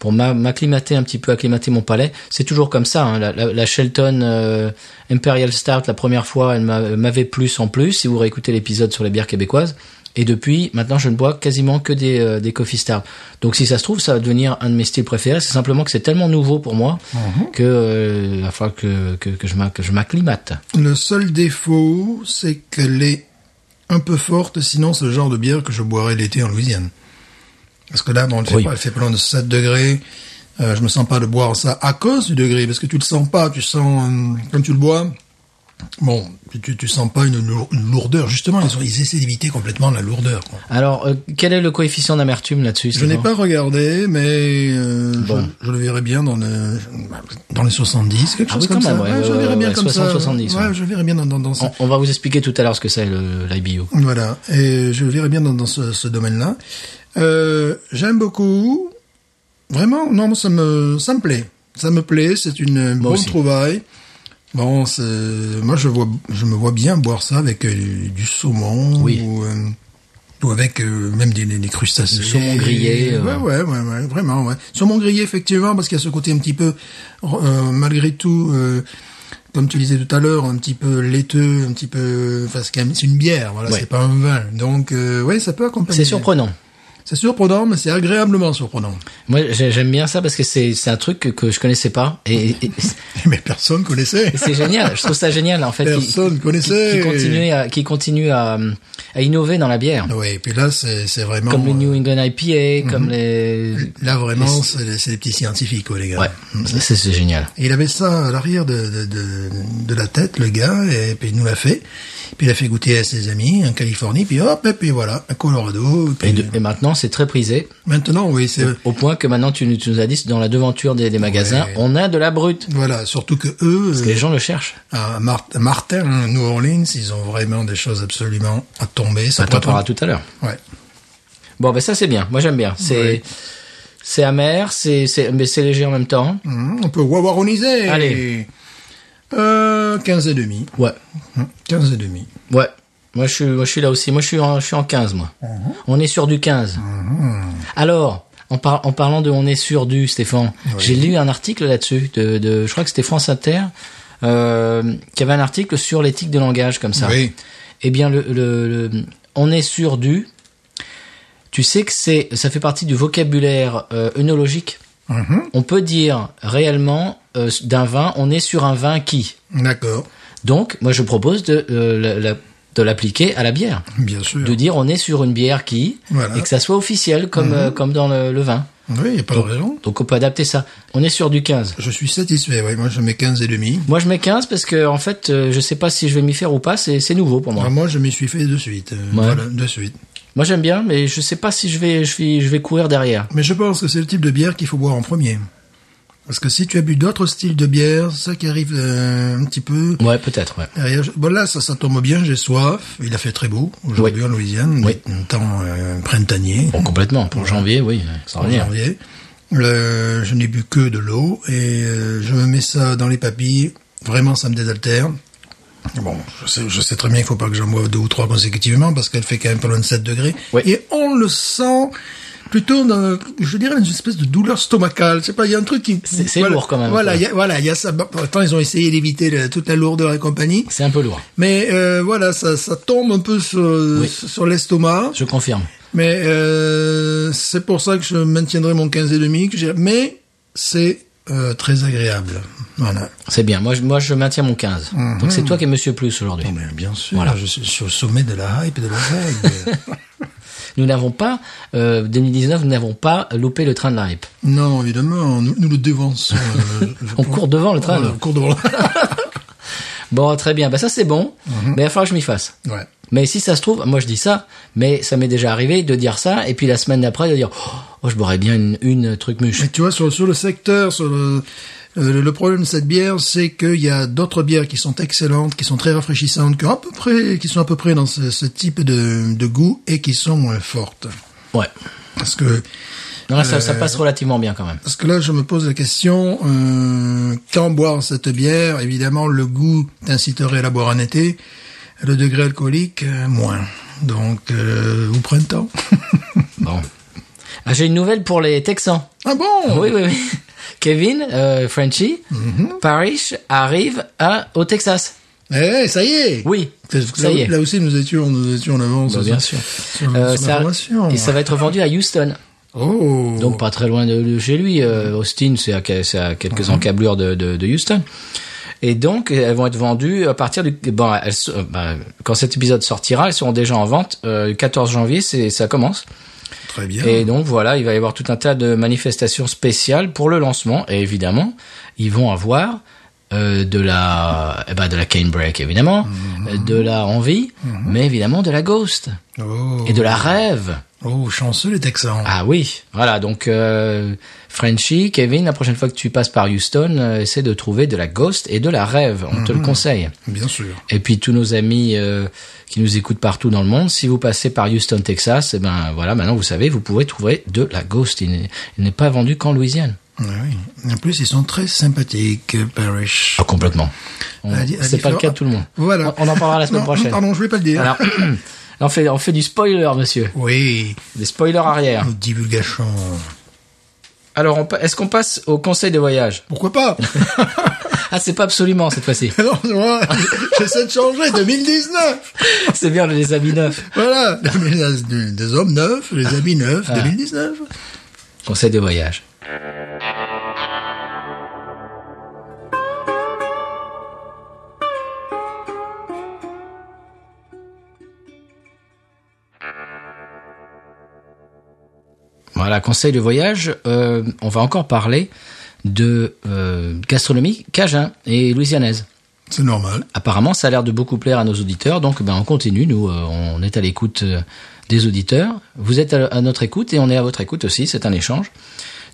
Speaker 1: pour m'a- m'acclimater un petit peu, acclimater mon palais. C'est toujours comme ça. hein. La, la- la Shelton euh, Imperial Stout, la première fois, elle m'a- m'avait plus en plus. Si vous réécoutez l'épisode sur les bières québécoises. Et depuis, maintenant, je ne bois quasiment que des, euh, des coffee stars. Donc, si ça se trouve, ça va devenir un de mes styles préférés. C'est simplement que c'est tellement nouveau pour moi que euh, il va falloir que, que, que je m'a- que je m'acclimate.
Speaker 2: Le seul défaut, c'est qu'elle est un peu forte, sinon c'est le genre de bière que je boirais l'été en Louisiane. Parce que là, bon, elle fait,
Speaker 1: Oui.
Speaker 2: pas, elle fait plein de 7 degrés. Euh, je me sens pas de boire ça à cause du degré, parce que tu le sens pas, tu sens, euh, quand tu le bois, bon, tu- tu, tu sens pas une, lour- une lourdeur. Justement, ils, ont- ils essaient d'éviter complètement la lourdeur. quoi.
Speaker 1: Alors, euh, quel est le coefficient d'amertume là-dessus
Speaker 2: Je n'ai
Speaker 1: Simon
Speaker 2: pas regardé, mais euh,
Speaker 1: Bon.
Speaker 2: je, je le verrai bien dans, le, dans les 70, quelque
Speaker 1: Ah
Speaker 2: chose
Speaker 1: oui,
Speaker 2: comme
Speaker 1: quand
Speaker 2: ça.
Speaker 1: même, ouais,
Speaker 2: je le
Speaker 1: ouais,
Speaker 2: verrai
Speaker 1: ouais,
Speaker 2: bien
Speaker 1: ouais,
Speaker 2: comme
Speaker 1: 60,
Speaker 2: ça.
Speaker 1: 70,
Speaker 2: ouais,
Speaker 1: ouais.
Speaker 2: je le verrai bien dans, dans, dans ça.
Speaker 1: On, on va vous expliquer tout à l'heure ce que c'est le- l'IBU.
Speaker 2: Voilà, et je le verrai bien dans, dans ce, ce domaine-là. Euh, J'aime beaucoup. Vraiment, non, ça me, ça me plaît. Ça me plaît, c'est une bonne
Speaker 1: aussi.
Speaker 2: trouvaille. Bon, c'est- moi je vois, je me vois bien boire ça avec euh, du saumon
Speaker 1: Oui.
Speaker 2: ou, euh, ou avec euh, même des, des- des crustacés.
Speaker 1: Du saumon grillé, euh.
Speaker 2: Ouais, ouais, ouais, ouais, vraiment, ouais. Saumon grillé effectivement parce qu'il y a ce côté un petit peu, euh, malgré tout, euh, comme tu disais tout à l'heure, un petit peu laiteux, un petit peu, enfin c'est quand même- c'est une bière, voilà,
Speaker 1: Ouais.
Speaker 2: c'est pas un vin. Donc euh, ouais, ça peut accompagner.
Speaker 1: C'est surprenant.
Speaker 2: C'est surprenant, mais c'est agréablement surprenant.
Speaker 1: Moi, j'ai- j'aime bien ça parce que c'est c'est un truc que, que je connaissais pas et, et- et
Speaker 2: Mais personne connaissait.
Speaker 1: c'est génial. Je trouve ça génial en fait. qui-
Speaker 2: Personne
Speaker 1: qui-
Speaker 2: connaissait.
Speaker 1: Qui, qui continue à qui continue à, à innover dans la bière,
Speaker 2: Ouais, et puis là c'est c'est vraiment
Speaker 1: comme les New England IPA,
Speaker 2: Mhm.
Speaker 1: comme les.
Speaker 2: là vraiment
Speaker 1: les-
Speaker 2: c'est les- c'est les petits scientifiques quoi, les gars.
Speaker 1: Ouais, ça, c'est c'est génial.
Speaker 2: Et il avait ça à l'arrière de, de, de, de la tête, le gars, et puis il nous l'a fait. Puis il a fait goûter à ses amis en Californie, puis hop, et puis voilà, à Colorado. puis-
Speaker 1: Et, de- et maintenant, c'est très prisé
Speaker 2: Maintenant, oui, c'est...
Speaker 1: au point que maintenant tu, nous- tu nous as dit c'est dans la devanture des, des magasins,
Speaker 2: Euh. Ouais.
Speaker 1: on a de la brute.
Speaker 2: Voilà, surtout que eux, euh,
Speaker 1: Parce que les gens le cherchent.
Speaker 2: à Mar- à Martin, hein, New Orleans, ils ont vraiment des choses absolument à tomber. Ça
Speaker 1: On t'en parlera
Speaker 2: prépare-
Speaker 1: tout à l'heure.
Speaker 2: Ouais.
Speaker 1: Bon, ben ça c'est bien. Moi j'aime bien. C'est
Speaker 2: Ouais.
Speaker 1: c'est amer, c'est c'est mais c'est léger en même temps.
Speaker 2: Mmh, on peut wawaroniser.
Speaker 1: Allez.
Speaker 2: Euh, 15 et demi.
Speaker 1: Ouais,
Speaker 2: Mmh, 15 et demi.
Speaker 1: ouais. Moi je suis moi je suis là aussi. Moi je suis en, je suis en 15 moi.
Speaker 2: Uh-huh.
Speaker 1: On est sur du 15. Alors. En, par- en parlant de on est sur du Stéphane, j'ai lu un article là-dessus de, de je crois que c'était France Inter euh, qui avait un article sur l'éthique de langage comme ça.
Speaker 2: Oui.
Speaker 1: Eh bien, le, le- le- on est sur du. Tu sais que c'est, ça fait partie du vocabulaire euh, œnologique.
Speaker 2: Mhm,
Speaker 1: On peut dire réellement euh, d'un vin, on est sur un vin qui.
Speaker 2: D'accord.
Speaker 1: Donc, moi, je propose de, euh, la- la- de l'appliquer à la bière,
Speaker 2: Bien sûr.
Speaker 1: de dire on est sur une bière qui,
Speaker 2: Voilà. Mhm.
Speaker 1: et que ça soit officiel comme euh, comme dans le, le vin.
Speaker 2: Oui, il n'y a pas de raison.
Speaker 1: Donc, on peut adapter ça. On est sur du 15.
Speaker 2: Je suis satisfait, oui. Moi, je mets 15 et demi.
Speaker 1: Moi, je mets 15 parce que en fait, euh, je sais pas si je vais m'y faire ou pas. C'est c'est nouveau pour moi.
Speaker 2: Alors, Ah, moi, je m'y suis fait de suite. euh, Voilà, de suite.
Speaker 1: Moi, j'aime bien, mais je sais pas si je vais je vais je vais courir derrière.
Speaker 2: Mais je pense que c'est le type de bière qu'il faut boire en premier. Parce que si tu as bu d'autres styles de bière, ça qui arrive euh, un petit peu...
Speaker 1: Ouais, peut-être. Ouais.
Speaker 2: Derrière, je- bon là, ça, ça tombe bien, j'ai soif. Il a fait très beau aujourd'hui
Speaker 1: Oui.
Speaker 2: en Louisiane,
Speaker 1: Oui.
Speaker 2: un temps euh, printanier,
Speaker 1: Bon, complètement. Pour janvier, oui,
Speaker 2: en
Speaker 1: extraordinaire.
Speaker 2: janvier. Le- je n'ai bu que de l'eau et euh, je me mets ça dans les papilles. Vraiment, ça me désaltère. Bon, je sais, je sais très bien qu'il faut pas que j'en boive deux ou trois consécutivement parce qu'elle fait quand même pas loin de 7 degrés.
Speaker 1: Oui.
Speaker 2: Et on le sent plutôt, dans, je dirais, une espèce de douleur stomacale. Je sais pas, il y a un truc qui...
Speaker 1: C'est- c'est
Speaker 2: voilà,
Speaker 1: lourd quand même,
Speaker 2: Voilà,
Speaker 1: quoi.
Speaker 2: il y a, voilà, il y a ça. Bah, Pourtant, ils ont essayé d'éviter la- toute la lourdeur et compagnie.
Speaker 1: C'est un peu lourd.
Speaker 2: Mais euh, voilà, ça, ça tombe un peu sur, sur l'estomac.
Speaker 1: Je confirme.
Speaker 2: Mais euh, c'est pour ça que je maintiendrai mon 15 et demi. que j'ai- Mais c'est euh, très agréable. Voilà.
Speaker 1: C'est bien. Moi, je, moi, je maintiens mon 15.
Speaker 2: Mhm.
Speaker 1: Donc, c'est toi qui es Monsieur Plus aujourd'hui.
Speaker 2: Oh, Mais bien sûr, je suis sur le sommet de la hype et de la vague.
Speaker 1: Nous n'avons pas, euh, 2019, nous n'avons pas loupé le train de la hype.
Speaker 2: non, évidemment, nous, nous le devançons. euh, je-
Speaker 1: On court devant le train.
Speaker 2: Voilà,
Speaker 1: nous.
Speaker 2: on court devant.
Speaker 1: Bon, très bien. Bah, ça, c'est bon. Mais il va falloir que je m'y fasse.
Speaker 2: ouais.
Speaker 1: Mais si ça se trouve, moi, je dis ça, mais ça m'est déjà arrivé de dire ça, et puis la semaine d'après, de dire, oh, oh, je boirais bien une, une truc mûche.
Speaker 2: Mais tu vois, sur, sur le secteur, sur le, euh, le problème de cette bière, c'est qu'il y a d'autres bières qui sont excellentes, qui sont très rafraîchissantes, qui, ont à peu près, qui sont à peu près dans ce, ce type de, de goût et qui sont moins fortes.
Speaker 1: Ouais.
Speaker 2: Parce que,
Speaker 1: Non, là, ça, ça passe relativement bien quand même.
Speaker 2: parce que là, je me pose la question, euh, quand boire cette bière Évidemment, le goût t'inciterait à la boire en été, le degré alcoolique, euh, moins. Donc, euh, au printemps.
Speaker 1: Bon. Ah, J'ai une nouvelle pour les Texans.
Speaker 2: Ah bon
Speaker 1: Oui, oui, oui. Kevin, euh, Frenchie, Parrish arrive à, au Texas.
Speaker 2: Eh, ça y est
Speaker 1: Oui,
Speaker 2: Là,
Speaker 1: ça y est.
Speaker 2: là aussi, nous étions, nous étions en avance.
Speaker 1: Bah,
Speaker 2: sur-
Speaker 1: bien sûr.
Speaker 2: Sur,
Speaker 1: Euh,
Speaker 2: sur
Speaker 1: ça-
Speaker 2: l'information.
Speaker 1: et ça va être vendu à Houston.
Speaker 2: Oh
Speaker 1: Donc pas très loin de, de chez lui. Euh, Austin, c'est à, que- c'est à quelques encablures de, de- de Houston. Et donc, elles vont être vendues à partir du... Bon, elles se- euh, bah, quand cet épisode sortira, elles seront déjà en vente. Euh, le 14 janvier, c'est ça commence.
Speaker 2: Très bien.
Speaker 1: Et donc, voilà, il va y avoir tout un tas de manifestations spéciales pour le lancement. Et évidemment, ils vont avoir... euh, de la eh ben, de la cane break évidemment euh, de la envie mais évidemment de la ghost
Speaker 2: Oh.
Speaker 1: et de la rêve
Speaker 2: Oh, chanceux les Texans.
Speaker 1: ah oui, voilà, donc euh, Frenchy, Kevin, la prochaine fois que tu passes par Houston, euh, essaie de trouver de la ghost et de la rêve, on te
Speaker 2: Mhm.
Speaker 1: le conseille.
Speaker 2: Bien sûr.
Speaker 1: Et puis tous nos amis euh, qui nous écoutent partout dans le monde, si vous passez par Houston, Texas, eh ben voilà, maintenant vous savez, vous pouvez trouver de la ghost. Il n'est- il n'est pas vendu qu'en Louisiane.
Speaker 2: Oui, Ah oui. En plus, ils sont très sympathiques, Parrish.
Speaker 1: Ah, complètement. On-
Speaker 2: À di- à
Speaker 1: C'est pas le
Speaker 2: différents-
Speaker 1: cas de tout le monde.
Speaker 2: Voilà.
Speaker 1: On, on en parlera la semaine
Speaker 2: Non,
Speaker 1: prochaine.
Speaker 2: Pardon, je vais pas le dire.
Speaker 1: Alors, on fait, on fait du spoiler, monsieur.
Speaker 2: Oui,
Speaker 1: Des spoilers arrière.
Speaker 2: nous divulgachons.
Speaker 1: Alors, on pa- est-ce qu'on passe au conseil de voyage
Speaker 2: Pourquoi pas
Speaker 1: Ah, c'est pas absolument cette fois-ci.
Speaker 2: Non, moi, j'essaie de changer. 2019
Speaker 1: C'est bien les habits neufs.
Speaker 2: Voilà. Ah. Des, des hommes neufs, des habits neufs, 2019.
Speaker 1: Conseil de voyage. Voilà, conseil de voyage. euh, on va encore parler de euh, gastronomie cajun et louisianaise.
Speaker 2: C'est normal.
Speaker 1: Apparemment, ça a l'air de beaucoup plaire à nos auditeurs, donc ben, on continue, nous, euh, on est à l'écoute euh, des auditeurs. Vous êtes à, à notre écoute et on est à votre écoute aussi, c'est un échange.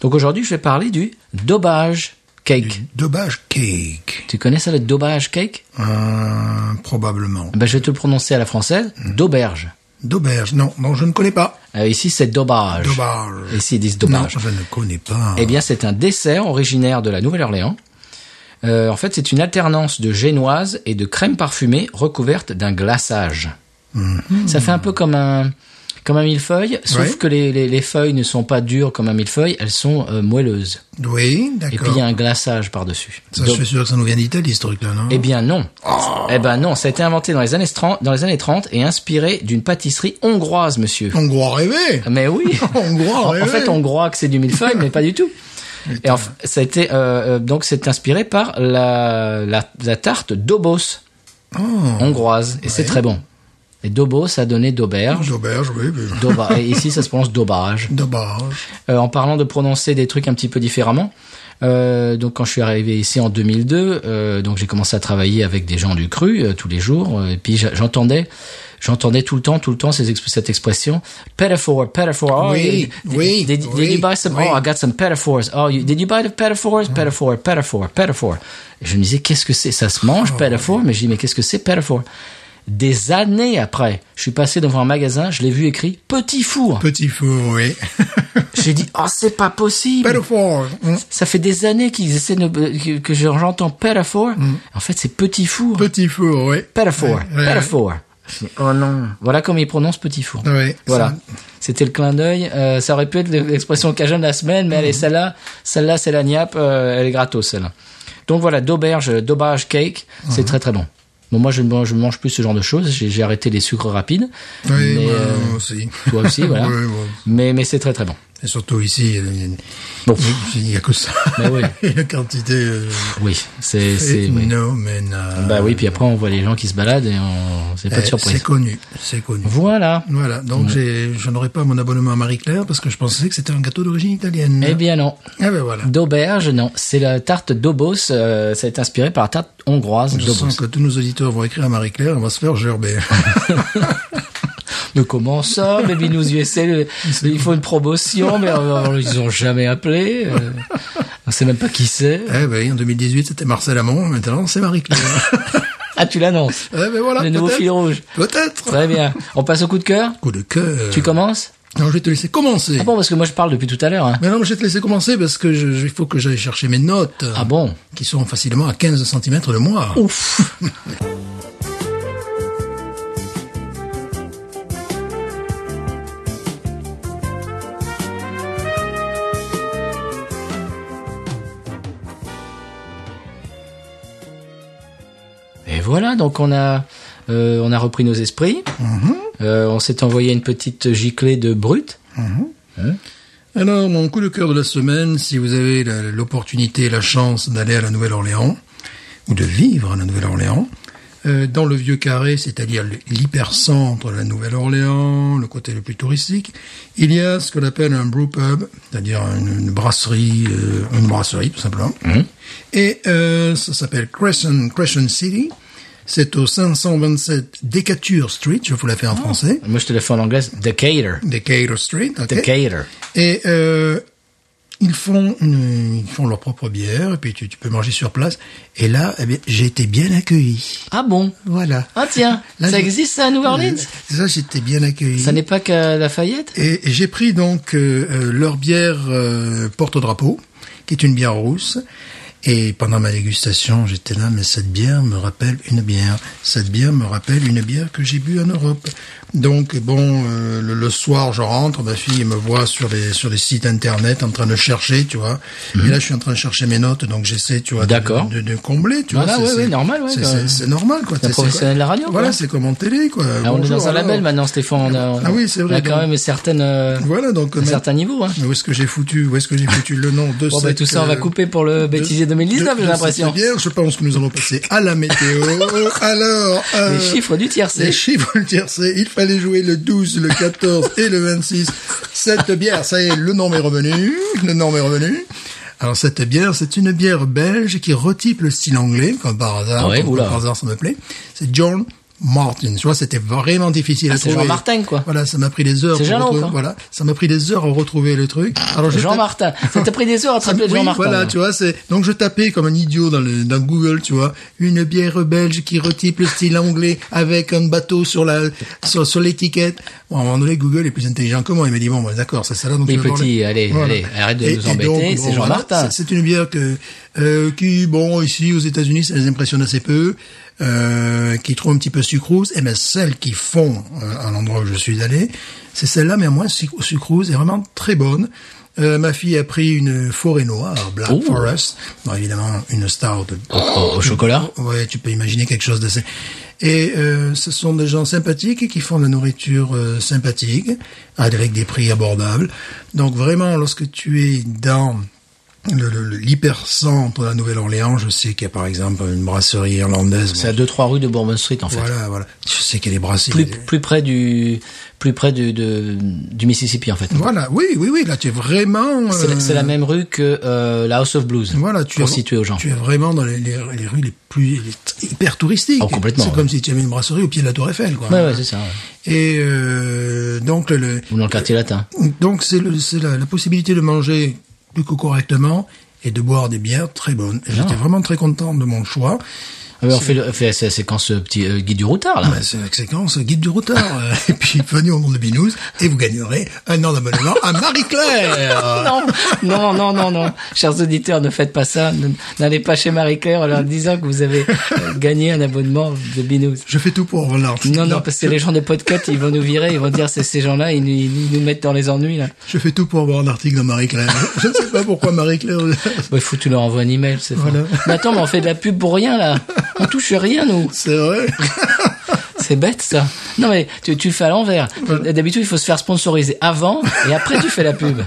Speaker 1: Donc aujourd'hui, je vais parler du dobage cake.
Speaker 2: Dobage cake.
Speaker 1: Tu connais ça, le dobage cake
Speaker 2: Euh, probablement.
Speaker 1: ben, Je vais te le prononcer à la française, d'auberge.
Speaker 2: D'auberge. Non, non, je ne connais pas.
Speaker 1: Euh, ici, c'est dobage.
Speaker 2: Dobage.
Speaker 1: Ici, ils disent
Speaker 2: Non,
Speaker 1: dobage.
Speaker 2: je ne connais pas.
Speaker 1: Eh bien, c'est un dessert originaire de la Nouvelle-Orléans. Euh, en fait, c'est une alternance de génoise et de crème parfumée recouverte d'un glaçage. Ça fait un peu comme un comme un millefeuille, sauf
Speaker 2: Mm. Ouais.
Speaker 1: que les, les, les feuilles ne sont pas dures comme un millefeuille, elles sont euh, moelleuses.
Speaker 2: Oui,
Speaker 1: Et puis il
Speaker 2: d'accord.
Speaker 1: y a un glaçage par-dessus.
Speaker 2: Ça, Oh. je
Speaker 1: Donc-
Speaker 2: suis sûr que ça nous vient d'Italie, ce truc-là, non
Speaker 1: eh bien non. Eh ben non, ça a été inventé dans les années 30, dans les années 30 et inspiré d'une pâtisserie hongroise, monsieur.
Speaker 2: Hongrois rêvé
Speaker 1: Mais oui.
Speaker 2: Hongrois,
Speaker 1: en,
Speaker 2: ouais,
Speaker 1: en
Speaker 2: ouais.
Speaker 1: fait, on croit que c'est du millefeuille, mais pas du tout. Et en f- ça a été, euh, euh, donc c'est inspiré par la, la, la tarte d'Obos
Speaker 2: Ah,
Speaker 1: hongroise et c'est très bon. Et d'Obos a donné d'auberge.
Speaker 2: D'auberge, oui. mais-
Speaker 1: d'auba- et ici, ça se prononce d'auberge.
Speaker 2: D'auberge.
Speaker 1: Euh, en parlant de prononcer des trucs un petit peu différemment. Euh, donc quand je suis arrivé ici en 2002, euh, donc j'ai commencé à travailler avec des gens du cru euh, tous les jours, euh, et puis j'a- j'entendais, j'entendais tout le temps, tout le temps ces exp- cette expression pedophore, pedophore. Oh,
Speaker 2: Oui,
Speaker 1: did-
Speaker 2: oui,
Speaker 1: Did, did
Speaker 2: oui,
Speaker 1: you buy some?
Speaker 2: oui. Ah.
Speaker 1: Oh, I got some pedophores. Oh, you, did you buy the pedophores? Pedophore, pedophore, pedophore. Et je me disais qu'est-ce que c'est? Ça se
Speaker 2: Oh,
Speaker 1: mange pedophore, mais je dis mais qu'est-ce que c'est pedophore? Des années après, je suis passé devant un magasin, je l'ai vu écrit petit four.
Speaker 2: Petit four, oui.
Speaker 1: J'ai dit, oh, c'est pas possible.
Speaker 2: Pedophore. Hum,
Speaker 1: Ça fait des années qu'ils essaient de, que, que j'entends pédophore. En fait, c'est petit four.
Speaker 2: Mm. Petit four, oui.
Speaker 1: Pédophore.
Speaker 2: Ouais, ouais,
Speaker 1: Pédophore. Oh non. Voilà comme ils prononcent petit four.
Speaker 2: Ouais,
Speaker 1: voilà.
Speaker 2: ça-
Speaker 1: C'était le clin d'œil. Euh, ça aurait pu être l'expression cajun de la semaine, mais
Speaker 2: Mm-hmm.
Speaker 1: allez, celle-là, celle-là, c'est la niape. euh, elle est gratos, celle-là. Donc voilà, d'auberge, euh, d'auberge cake,
Speaker 2: Mm-hmm.
Speaker 1: c'est très très bon. Bon, moi, je ne mange- je ne mange plus ce genre de choses. J'ai j'ai arrêté les sucres rapides.
Speaker 2: Oui, bah.
Speaker 1: mais,
Speaker 2: moi
Speaker 1: euh,
Speaker 2: aussi.
Speaker 1: toi aussi, voilà.
Speaker 2: Oui, oui.
Speaker 1: mais, mais c'est très très bon.
Speaker 2: Et surtout ici, il y a-
Speaker 1: Bon.
Speaker 2: il n'y a que ça.
Speaker 1: Mais oui.
Speaker 2: Et la quantité euh,
Speaker 1: Oui, c'est... c'est- oui.
Speaker 2: phénoménale.
Speaker 1: Bah oui, puis après on voit les gens qui se baladent et on... c'est pas
Speaker 2: Eh,
Speaker 1: de surprise. Mm.
Speaker 2: C'est connu, c'est connu.
Speaker 1: Voilà.
Speaker 2: Voilà, donc j'ai- je n'aurai pas mon abonnement à Marie-Claire parce que je pensais que c'était un gâteau d'origine italienne.
Speaker 1: Eh bien non,
Speaker 2: Ah ben voilà.
Speaker 1: d'auberge, non, c'est la tarte d'Obos, euh, ça a été inspiré par la tarte hongroise
Speaker 2: Je sens
Speaker 1: d'Obos.
Speaker 2: que tous nos auditeurs vont écrire à Marie-Claire, on va se faire gerber.
Speaker 1: Mais comment ça, Baby News USA, le- il faut une promotion, mais euh, ils ont jamais appelé, euh, on sait même pas qui c'est.
Speaker 2: eh ben, en 2018, c'était Marcel Amont, maintenant c'est Marie-Claire.
Speaker 1: Ah, tu l'annonces,
Speaker 2: eh ben voilà,
Speaker 1: le nouveau
Speaker 2: peut-être.
Speaker 1: fil rouge.
Speaker 2: Peut-être.
Speaker 1: Très bien, on passe au coup de cœur,
Speaker 2: Coup de cœur.
Speaker 1: tu commences
Speaker 2: Non, je vais te laisser commencer.
Speaker 1: Ah bon, parce que moi je parle depuis tout à l'heure. hein.
Speaker 2: Mais non, mais je vais te laisser commencer parce que je, je- il faut que j'aille chercher mes notes.
Speaker 1: Ah bon
Speaker 2: Qui sont facilement à 15 cm de moi.
Speaker 1: Ouf ben voilà, donc on a, euh, on a repris nos esprits.
Speaker 2: Mm-hmm.
Speaker 1: Euh, on s'est envoyé une petite giclée de brut.
Speaker 2: Alors, mon coup de cœur de la semaine, si vous avez la- l'opportunité, la chance d'aller à la Nouvelle-Orléans, ou de vivre à la Nouvelle-Orléans, euh, dans le vieux carré, c'est-à-dire l'hypercentre de la Nouvelle-Orléans, le côté le plus touristique, il y a ce qu'on appelle un brew pub, c'est-à-dire une, une brasserie, euh, une brasserie tout simplement. Et euh, ça s'appelle Crescent, Crescent City. C'est au 527 Decatur Street, je vous la fais en français.
Speaker 1: Moi, je te le fais en anglais, Decatur.
Speaker 2: Decatur Street, ok.
Speaker 1: Decatur.
Speaker 2: Et euh, ils font une- ils font leur propre bière et puis tu, tu peux manger sur place. Et là, eh bien, j'ai été bien accueilli.
Speaker 1: Ah bon
Speaker 2: Voilà.
Speaker 1: Ah tiens,
Speaker 2: Là,
Speaker 1: ça
Speaker 2: j'ai-
Speaker 1: existe ça à New Orleans
Speaker 2: Ça, j'étais bien accueilli.
Speaker 1: Ça n'est pas qu'à Lafayette
Speaker 2: Et j'ai pris donc euh, euh, leur bière euh, porte-drapeau, qui est une bière rousse. Et pendant ma dégustation, j'étais là, mais cette bière me rappelle une bière. Cette bière me rappelle une bière que j'ai bu en Europe. Donc bon, euh, le, le soir, je rentre, ma fille me voit sur les sur les sites internet en train de chercher, tu vois. Et là, je suis en train de chercher mes notes, donc j'essaie, tu vois, de-
Speaker 1: Mhm. D'accord.
Speaker 2: de, de combler, tu
Speaker 1: Ah
Speaker 2: vois.
Speaker 1: bah
Speaker 2: c'est-
Speaker 1: ouais,
Speaker 2: c'est-
Speaker 1: ouais, normal, ouais,
Speaker 2: c'est-
Speaker 1: bah,
Speaker 2: c'est- C'est normal, quoi.
Speaker 1: un
Speaker 2: C'est- c'est
Speaker 1: professionnel de la radio,
Speaker 2: Voilà,
Speaker 1: quoi.
Speaker 2: c'est comme en télé, quoi.
Speaker 1: Ah, On est
Speaker 2: Bonjour,
Speaker 1: dans un
Speaker 2: alors.
Speaker 1: label maintenant, Stéphane. On a, on-
Speaker 2: Ah oui, c'est vrai,
Speaker 1: on a quand
Speaker 2: donc-
Speaker 1: même une certaine, euh,
Speaker 2: Voilà, donc
Speaker 1: un
Speaker 2: ma-
Speaker 1: certain niveau. Hein.
Speaker 2: mais où est-ce que j'ai foutu Où est-ce que j'ai foutu le nom de
Speaker 1: Bon, bah,
Speaker 2: cette,
Speaker 1: tout ça, on va
Speaker 2: euh,
Speaker 1: couper pour le bêtisier
Speaker 2: de-
Speaker 1: 2019,
Speaker 2: de-
Speaker 1: j'ai
Speaker 2: de
Speaker 1: l'impression.
Speaker 2: cette bière. Je pense que nous allons passer à la météo. Alors, euh,
Speaker 1: Les chiffres du tiercé.
Speaker 2: Les chiffres du tiercé. Il fallait jouer le 12, le 14 et le 26. Cette bière, ça y est, le nom est revenu. Le nom est revenu. Alors cette bière, c'est une bière belge qui retype le style anglais, comme par hasard.
Speaker 1: Ah ouais,
Speaker 2: comme
Speaker 1: oula.
Speaker 2: par hasard, ça me plaît. C'est John Martin. Tu vois, c'était vraiment difficile à
Speaker 1: Ah, c'est
Speaker 2: trouver.
Speaker 1: Jean Martin, quoi.
Speaker 2: Voilà, ça m'a pris des heures.
Speaker 1: C'est
Speaker 2: pour
Speaker 1: Jean,
Speaker 2: retrouver-
Speaker 1: quoi.
Speaker 2: Voilà, ça m'a pris des heures à retrouver le truc. Alors je
Speaker 1: Jean
Speaker 2: tape-
Speaker 1: Martin. Ça hein. t'a pris des heures à te rappeler de
Speaker 2: oui,
Speaker 1: Jean Martin.
Speaker 2: Voilà, tu vois, c'est donc je tapais comme un idiot dans, le, dans Google, tu vois, une bière belge qui retype le style anglais avec un bateau sur la sur, sur l'étiquette. Bon, à un moment donné, Google est plus intelligent que moi. Il m'a dit bon, bah, d'accord, c'est ça là. Donc
Speaker 1: Oui,
Speaker 2: je vais
Speaker 1: petit,
Speaker 2: parler.
Speaker 1: allez, allez, arrête de nous embêter, c'est hein. Jean Martin.
Speaker 2: C'est c'est une bière que euh, qui bon ici aux États-Unis, ça les impressionne assez peu. Euh, qui trouve un petit peu sucrose, et bien celles qui font euh, à l'endroit où je suis allé, c'est celle-là, mais à moins suc- sucrose, est vraiment très bonne. Euh, ma fille a pris une forêt noire, Black
Speaker 1: Oh.
Speaker 2: Forest. Bon, évidemment, une star de...
Speaker 1: Au, au- au chocolat
Speaker 2: Ouais, tu peux imaginer quelque chose d'assez... Et euh, ce sont des gens sympathiques et qui font de la nourriture euh, sympathique, avec des prix abordables. Donc vraiment, lorsque tu es dans le- le- le- l'hypercentre de la Nouvelle-Orléans, je sais qu'il y a par exemple une brasserie irlandaise.
Speaker 1: C'est à 2-3 rues de Bourbon Street, en fait.
Speaker 2: Voilà, voilà. Je sais qu'elle est brassée.
Speaker 1: Plus, plus près du, plus près du, de- du Mississippi, en fait.
Speaker 2: Voilà, oui, oui, oui. Là, tu es vraiment.
Speaker 1: C'est la,
Speaker 2: euh,
Speaker 1: c'est la même rue que euh, la House of Blues.
Speaker 2: Voilà, tu
Speaker 1: pour
Speaker 2: es,
Speaker 1: situer aux gens.
Speaker 2: Tu es vraiment dans les, les- les rues les plus les t- hyper touristiques.
Speaker 1: Oh, complètement,
Speaker 2: C'est
Speaker 1: ouais.
Speaker 2: comme si tu avais une brasserie au pied de la Tour Eiffel, quoi.
Speaker 1: Ouais, ouais, c'est ça. ouais.
Speaker 2: Et euh, donc le- le,
Speaker 1: Ou dans le quartier latin.
Speaker 2: donc c'est le- c'est la, la possibilité de manger plus que correctement et de boire des bières très bonnes. Et J'étais vraiment très content de mon choix.
Speaker 1: Ah, mais on fait, le, on fait la séquence euh, petit euh, guide du routard, là.
Speaker 2: Bah, c'est la séquence guide du routard. Euh, et puis venez au monde de Binous et vous gagnerez un an d'abonnement à Marie-Claire.
Speaker 1: non, non, non, non, non. Chers auditeurs, ne faites pas ça. Ne- N'allez pas chez Marie-Claire en leur disant que vous avez euh, gagné un abonnement de Binous.
Speaker 2: Je fais tout pour avoir l'article.
Speaker 1: Non, non, parce que les gens de podcast, ils vont nous virer, ils vont dire c'est ces gens-là, ils, nous- ils nous mettent dans les ennuis, là.
Speaker 2: Je fais tout pour avoir un article dans Marie-Claire. Je ne sais pas pourquoi Marie-Claire.
Speaker 1: Bah, il faut que tu leur envoies un email, c'est fort.
Speaker 2: Voilà.
Speaker 1: Mais attends, mais on fait de la pub pour rien, là. On touche rien, nous.
Speaker 2: C'est vrai.
Speaker 1: C'est bête, ça. Non, mais tu, tu le fais à l'envers. D'habitude, il faut se faire sponsoriser avant et après, tu fais la pub.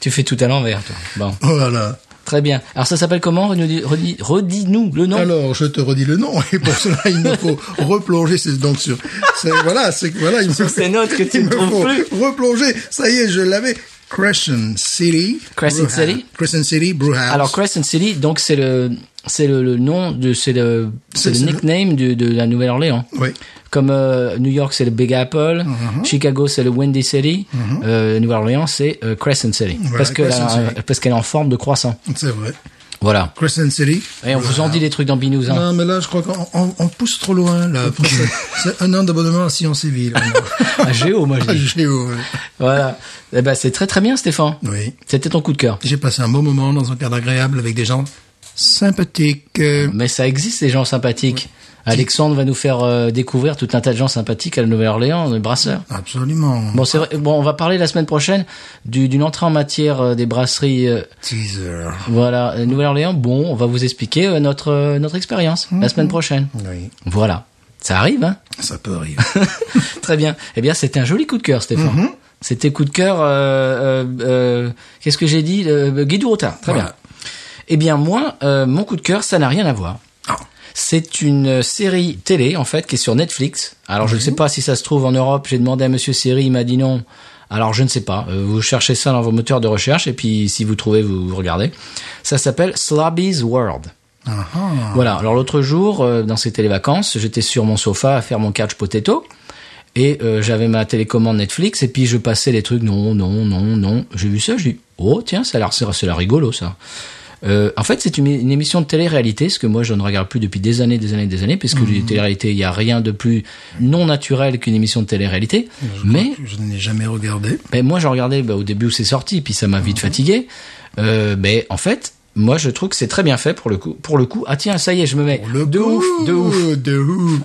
Speaker 1: Tu fais tout à l'envers, toi. Bon,
Speaker 2: Voilà.
Speaker 1: très bien. Alors, ça s'appelle comment Redis- redis- Redis-nous le nom.
Speaker 2: Alors, je te redis le nom, et pour cela, il me faut replonger, c'est donc sur, c'est, voilà, c'est, que voilà, il me faut,
Speaker 1: ces notes que tu
Speaker 2: il
Speaker 1: ne
Speaker 2: me
Speaker 1: trouves
Speaker 2: faut
Speaker 1: plus.
Speaker 2: replonger, ça y est, je l'avais, Crescent City.
Speaker 1: Crescent
Speaker 2: Brewhouse.
Speaker 1: City
Speaker 2: Crescent City Brewhouse.
Speaker 1: Alors Crescent City, donc c'est le c'est le, le nom de c'est le c'est
Speaker 2: C'est-
Speaker 1: le
Speaker 2: c'est le-
Speaker 1: nickname de, de la Nouvelle-Orléans.
Speaker 2: Oui.
Speaker 1: Comme euh, New York c'est le Big Apple,
Speaker 2: Mhm.
Speaker 1: Chicago c'est le Windy City, euh, Nouvelle-Orléans c'est euh, Crescent City
Speaker 2: Voilà,
Speaker 1: parce que
Speaker 2: Mhm. Crescent
Speaker 1: la-
Speaker 2: City.
Speaker 1: parce qu'elle est en forme de croissant.
Speaker 2: C'est vrai.
Speaker 1: Voilà.
Speaker 2: Crescent City.
Speaker 1: Et on vous en dit des trucs dans Binous. hein.
Speaker 2: Non, mais là, je crois qu'on, on, on pousse trop loin, là. Après, c'est, c'est un an d'abonnement à Sillon-Séville.
Speaker 1: À Géo, moi je
Speaker 2: Ah,
Speaker 1: dis.
Speaker 2: j'ai- ouais.
Speaker 1: Voilà. Eh ben c'est très très bien Stéphane.
Speaker 2: Oui.
Speaker 1: C'était ton coup de cœur.
Speaker 2: J'ai passé un bon moment dans un cadre agréable avec des gens sympathique. Euh,
Speaker 1: Mais ça existe, les gens sympathiques. Alexandre va nous faire euh, découvrir tout un tas de gens sympathiques à la Nouvelle-Orléans, les brasseurs.
Speaker 2: absolument.
Speaker 1: Bon, c'est vrai. Bon, on va parler la semaine prochaine du- d'une entrée en matière euh, des brasseries. euh,
Speaker 2: Teaser.
Speaker 1: voilà, euh, Nouvelle-Orléans. Bon, on va vous expliquer euh, notre euh, notre expérience la semaine prochaine.
Speaker 2: Oui,
Speaker 1: Voilà, ça arrive. Hein
Speaker 2: ça peut arriver.
Speaker 1: Très bien. Eh bien, c'était un joli coup de cœur, Stéphane. C'était coup de cœur. euh, euh, euh, Qu'est-ce que j'ai dit euh, Guy du Rotin. Très
Speaker 2: Voilà.
Speaker 1: bien. Eh bien, moi, euh, mon coup de cœur, ça n'a rien à voir.
Speaker 2: Ah.
Speaker 1: C'est une série télé en fait qui est sur Netflix. Alors je ne sais pas si ça se trouve en Europe. J'ai demandé à Monsieur Seri, il m'a dit non. Alors je ne sais pas. Euh, Vous cherchez ça dans vos moteurs de recherche et puis si vous trouvez, vous, vous regardez. Ça s'appelle Slobby's World.
Speaker 2: Ah, ah.
Speaker 1: Voilà. Alors l'autre jour, euh, dans ces télévacances, j'étais sur mon sofa à faire mon couch potato. Et euh, j'avais ma télécommande Netflix et puis je passais les trucs non non non non j'ai vu ça j'ai dit oh tiens ça a l'air c'est c'est la rigolo ça Euh, en fait c'est une, une émission de télé-réalité ce que moi je ne regarde plus depuis des années des années des années puisque les télé-réalités il n'y a rien de plus non naturel qu'une émission de télé-réalité mais
Speaker 2: Je n'ai jamais regardé.
Speaker 1: ben, moi, j'ai regardé ben, au début où c'est sorti, puis ça m'a vite fatigué. Euh, mais en fait, moi, je trouve que c'est très bien fait pour le coup. Pour le coup, ah tiens, ça y est, je me mets. de
Speaker 2: coup,
Speaker 1: ouf, de ouf.
Speaker 2: de ouf.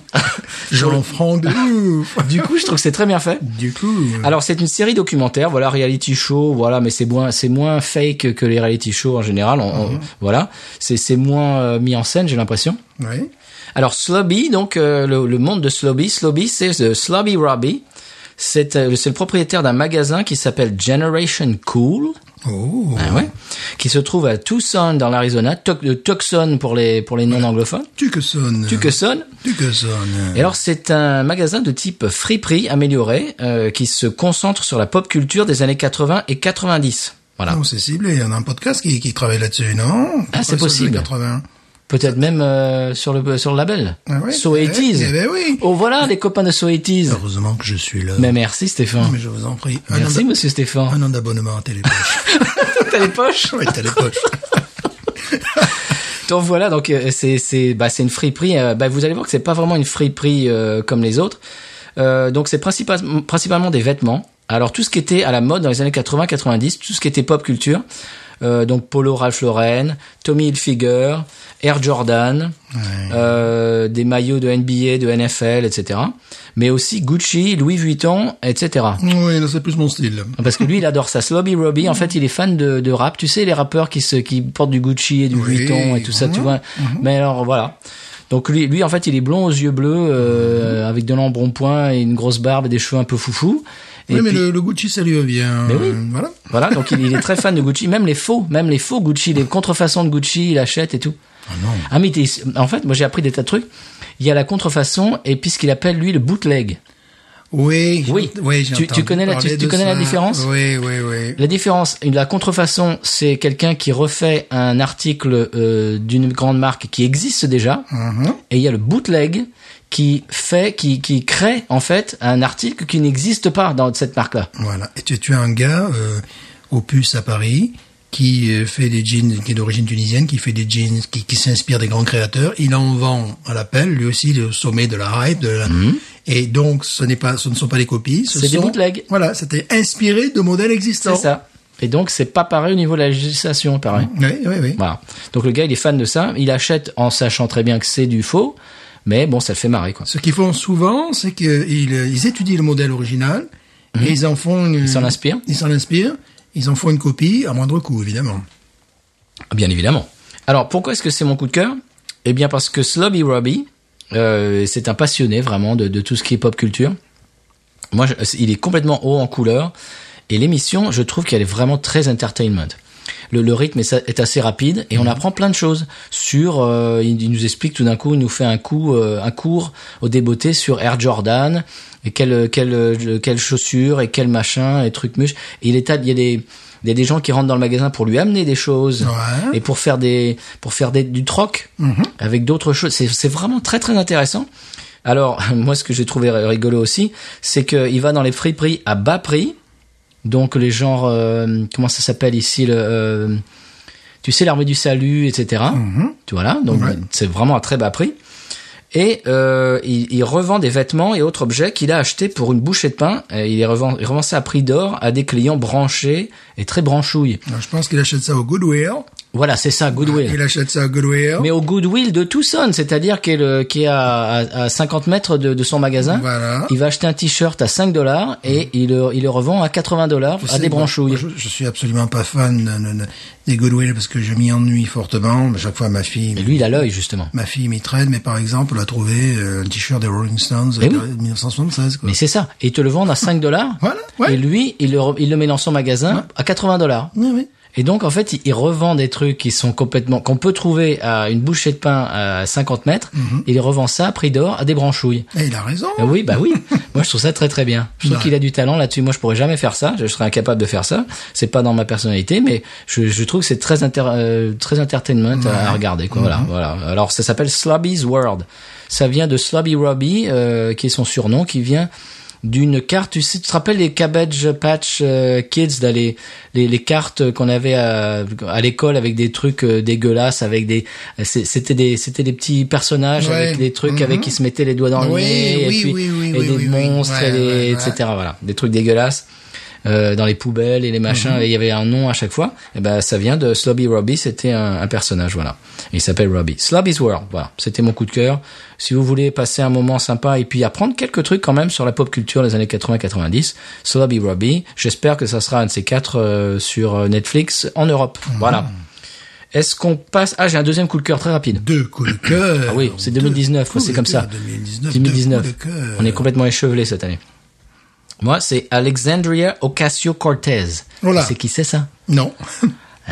Speaker 2: Jean-Franc de ouf.
Speaker 1: Du coup, je Ah. trouve que c'est très bien fait.
Speaker 2: Du coup.
Speaker 1: Alors, c'est une série documentaire, voilà, reality show, voilà, mais c'est moins, c'est moins fake que les reality shows en général. on- on- voilà, c'est c'est moins euh, mis en scène, j'ai l'impression.
Speaker 2: Oui.
Speaker 1: Alors Slobby, donc euh, le, le monde de Slobby, Slobby c'est The Slobby Robbie. C'est euh, c'est le propriétaire d'un magasin qui s'appelle Generation Cool.
Speaker 2: Oh.
Speaker 1: Ah ouais. Qui se trouve à Tucson dans l'Arizona, Tuc- euh, Tucson pour les pour les non anglophones.
Speaker 2: Tucson.
Speaker 1: Tucson.
Speaker 2: Tucson.
Speaker 1: Et alors c'est un magasin de type friperie amélioré euh, qui se concentre sur la pop culture des années 80 et 90. Voilà.
Speaker 2: Non, Oh, c'est ciblé. On a un podcast qui, qui travaille là-dessus, non
Speaker 1: Ah, c'est
Speaker 2: Sur les
Speaker 1: possible.
Speaker 2: 80.
Speaker 1: Peut-être même euh, sur le sur le label.
Speaker 2: Ah ouais,
Speaker 1: so
Speaker 2: eh,
Speaker 1: 80s.
Speaker 2: eh ben oui.
Speaker 1: Oh voilà les copains de So 80s.
Speaker 2: Heureusement que je suis là.
Speaker 1: Mais merci Stéphane.
Speaker 2: Mais je vous en prie. Un
Speaker 1: Merci
Speaker 2: an d'a-
Speaker 1: monsieur Stéphane.
Speaker 2: Un an d'abonnement à Télépoche.
Speaker 1: T'as les poches
Speaker 2: ouais, Télépoche.
Speaker 1: Donc voilà, donc euh, c'est c'est bah c'est une friperie. euh, bah vous allez voir que c'est pas vraiment une friperie euh, comme les autres. Euh, donc c'est principalement principalement des vêtements. Alors tout ce qui était à la mode dans les années 80-90, tout ce qui était pop culture. euh, donc Polo Ralph Lauren, Tommy Hilfiger, Air Jordan, euh, des maillots de NBA, de NFL, etc. Mais aussi Gucci, Louis Vuitton, etc.
Speaker 2: oui, là, c'est plus mon style.
Speaker 1: Parce que lui, il adore ça. Slobby Robbie, en fait, il est fan de, de rap. Tu sais, les rappeurs qui, se, qui portent du Gucci et du
Speaker 2: Oui,
Speaker 1: Vuitton et tout ça, tu
Speaker 2: mhm,
Speaker 1: vois. Mais alors, voilà. Donc lui, lui, en fait, il est blond aux yeux bleus, euh, avec de l'embronpoint et une grosse barbe et des cheveux un peu foufou. Et
Speaker 2: Oui, mais
Speaker 1: puis-
Speaker 2: le, le Gucci, ça lui vient.
Speaker 1: Mais oui.
Speaker 2: Euh, Voilà.
Speaker 1: Voilà, donc il, il est très fan de Gucci, même les faux, même les faux Gucci, les contrefaçons de Gucci, il achète et tout.
Speaker 2: non.
Speaker 1: Ah mais t'es- en fait, moi j'ai appris des tas de trucs. Il y a la contrefaçon et puis ce qu'il appelle lui le bootleg.
Speaker 2: Oui.
Speaker 1: Oui.
Speaker 2: Oui, j'ai
Speaker 1: Tu- tu
Speaker 2: entendu
Speaker 1: connais la- tu-
Speaker 2: parler
Speaker 1: tu
Speaker 2: de
Speaker 1: connais la
Speaker 2: ça.
Speaker 1: différence
Speaker 2: Oui, oui, oui.
Speaker 1: La différence, la contrefaçon, c'est quelqu'un qui refait un article euh, d'une grande marque qui existe déjà,
Speaker 2: Mhm.
Speaker 1: et il y a le bootleg qui fait, qui, qui crée en fait un article qui n'existe pas dans cette marque-là.
Speaker 2: Voilà. Et tu, tu as un gars euh, au puce à Paris qui euh, fait des jeans, qui est d'origine tunisienne, qui fait des jeans, qui, qui s'inspire des grands créateurs. Il en vend à l'appel. Lui aussi, il est au sommet de la hype. De la... Et donc, ce n'est pas, ce ne sont pas des copies. ce
Speaker 1: Mhm. C'est des
Speaker 2: sont-
Speaker 1: bootlegs.
Speaker 2: Voilà. C'était inspiré de modèles existants.
Speaker 1: C'est ça. Et donc c'est pas pareil au niveau de la législation, pareil.
Speaker 2: Oui, oui, oui.
Speaker 1: Voilà. Donc le gars, il est fan de ça. Il achète en sachant très bien que c'est du faux, mais bon, ça le fait marrer quoi.
Speaker 2: Ce qu'ils font souvent, c'est qu'ils ils étudient le modèle original et ils en font une... Ils
Speaker 1: Mhm. s'en inspirent.
Speaker 2: Ils s'en inspirent. Ils en font une copie à moindre coût, évidemment.
Speaker 1: Bien évidemment. Alors pourquoi est-ce que c'est mon coup de cœur Eh bien parce que Slobby Robbie, euh, c'est un passionné vraiment de, de tout ce qui est pop culture. Moi, je- il est complètement haut en couleur et l'émission, je trouve qu'elle est vraiment très entertainment. Le, le rythme est, sa- est assez rapide et on apprend plein de choses sur. euh, il, il nous explique tout d'un coup, il nous fait un coup, euh, un cours au débeauté sur Air Jordan et quelle quelle euh, quelle chaussure et quel machin et truc muche. Et il est à- il y a des il y a des gens qui rentrent dans le magasin pour lui amener des choses
Speaker 2: Ouais. Mhm.
Speaker 1: et pour faire des pour faire des, du troc avec d'autres choses. C'est c'est vraiment très très intéressant. Alors moi ce que j'ai trouvé rigolo aussi, c'est que il va dans les friperies à bas prix. Donc les genres euh, comment ça s'appelle ici le euh, tu sais l'armée du salut etc.
Speaker 2: Mmh. Mhm.
Speaker 1: Tu vois là donc c'est vraiment à très bas prix. Et euh, il, il revend des vêtements et autres objets qu'il a achetés pour une bouchée de pain. Et il, les revend, il revend ça à prix d'or à des clients branchés et très branchouilles.
Speaker 2: Alors, je pense qu'il achète ça au Goodwill.
Speaker 1: Voilà, c'est ça, Goodwill.
Speaker 2: Il achète ça à Goodwill.
Speaker 1: Mais au Goodwill de Tucson, c'est-à-dire qui est, le, qui est à, à, à 50 mètres de, de son magasin.
Speaker 2: Voilà. Mm.
Speaker 1: Il va acheter un t-shirt à 5 dollars et il, le, il le revend à 80 dollars
Speaker 2: Tu
Speaker 1: à
Speaker 2: sais,
Speaker 1: des
Speaker 2: moi,
Speaker 1: branchouilles.
Speaker 2: moi, Je, je suis absolument pas fan de- de- de- des Goodwill parce que je m'y ennuie fortement. Mais Chaque fois, ma fille,
Speaker 1: Et lui, il a l'œil, justement.
Speaker 2: ma fille m'y traîne. Mais par exemple, elle a trouvé euh, un t-shirt des Rolling Stones
Speaker 1: Eh
Speaker 2: de
Speaker 1: oui.
Speaker 2: 1976. Quoi.
Speaker 1: Mais c'est ça. Et ils te le vendent à 5 dollars.
Speaker 2: Voilà, ouais.
Speaker 1: Et lui, il le, re- il le met dans son magasin à 80 dollars.
Speaker 2: Oui, oui.
Speaker 1: Et donc, en fait, il- il revend des trucs qui sont complètement, qu'on peut trouver à une bouchée de pain à 50 mètres.
Speaker 2: Mm-hmm.
Speaker 1: Il revend ça à prix d'or à des branchouilles.
Speaker 2: Et il a raison.
Speaker 1: Ah oui, bah oui. Moi, je trouve ça très très bien. Je trouve
Speaker 2: Ouais.
Speaker 1: qu'il a du talent là-dessus. Moi, je pourrais jamais faire ça. Je serais incapable de faire ça. C'est pas dans ma personnalité, mais je, je trouve que c'est très inter, euh, très entertainment à- à regarder. Quoi.
Speaker 2: Mhm.
Speaker 1: Voilà, voilà. Alors, ça s'appelle Slobby's World. Ça vient de Slobby Robbie, euh, qui est son surnom, qui vient d'une carte. Tu, sais, tu te rappelles les Cabbage Patch euh, Kids, là, les, les les cartes qu'on avait à, à l'école avec des trucs euh, dégueulasses, avec des c'est- c'était des c'était des petits personnages
Speaker 2: Ouais.
Speaker 1: avec des trucs
Speaker 2: Mhm.
Speaker 1: avec qui se mettaient les doigts dans
Speaker 2: Oui,
Speaker 1: nez, et
Speaker 2: oui,
Speaker 1: puis-
Speaker 2: oui, oui,
Speaker 1: et
Speaker 2: oui,
Speaker 1: des
Speaker 2: oui, oui.
Speaker 1: monstres,
Speaker 2: Ouais,
Speaker 1: et des-
Speaker 2: ouais, ouais.
Speaker 1: etc. Voilà, des trucs dégueulasses euh, dans les poubelles et les machins.
Speaker 2: Mhm.
Speaker 1: et Il y avait un nom à chaque fois. Et ben, ça vient de Slobby Robbie. C'était un, un personnage, voilà. Il s'appelle Robbie. Slobby's World. Voilà, c'était mon coup de cœur. Si vous voulez passer un moment sympa et puis apprendre quelques trucs quand même sur la pop culture des années 80-90, Slobby Robbie. J'espère que ça sera un de ces quatre euh, sur euh, Netflix en Europe.
Speaker 2: Mhm.
Speaker 1: Voilà. Est-ce qu'on passe Ah, j'ai un deuxième coup de cœur très rapide.
Speaker 2: Deux coups de cœur.
Speaker 1: Ah oui, c'est
Speaker 2: Deux
Speaker 1: 2019,
Speaker 2: coups
Speaker 1: c'est
Speaker 2: de
Speaker 1: comme
Speaker 2: cœur,
Speaker 1: ça.
Speaker 2: 2019.
Speaker 1: 2019.
Speaker 2: Deux coups de cœur.
Speaker 1: On est complètement échevelé cette année. Moi, c'est Alexandria Ocasio-Cortez.
Speaker 2: Oh là.
Speaker 1: C'est qui c'est ça
Speaker 2: Non.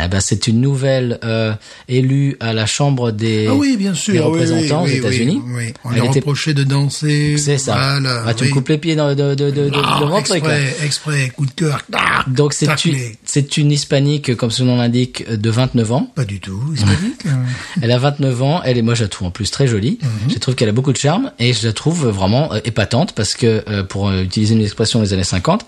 Speaker 1: eh ben, c'est une nouvelle euh, élue à la Chambre des,
Speaker 2: Ah oui, bien sûr.
Speaker 1: des
Speaker 2: oui, oui,
Speaker 1: représentants
Speaker 2: oui,
Speaker 1: aux États-Unis.
Speaker 2: Oui, oui. On
Speaker 1: Elle
Speaker 2: lui
Speaker 1: était-
Speaker 2: reprochait de danser.
Speaker 1: C'est ça.
Speaker 2: Voilà,
Speaker 1: Ah, tu me
Speaker 2: oui.
Speaker 1: coupes les pieds dans- de, de, de, de, de
Speaker 2: Ah,
Speaker 1: rentrer, quoi.
Speaker 2: exprès, exprès, coup de cœur. Ah,
Speaker 1: Donc c'est une,
Speaker 2: taclé.
Speaker 1: c'est une hispanique, comme son nom l'indique, de 29 ans.
Speaker 2: Pas du tout, hispanique. hein.
Speaker 1: Elle a 29 ans, elle est moi je la trouve en plus très jolie.
Speaker 2: Hum.
Speaker 1: Je trouve qu'elle a beaucoup de charme et je la trouve vraiment euh, épatante parce que euh, pour euh, utiliser une expression des années 50,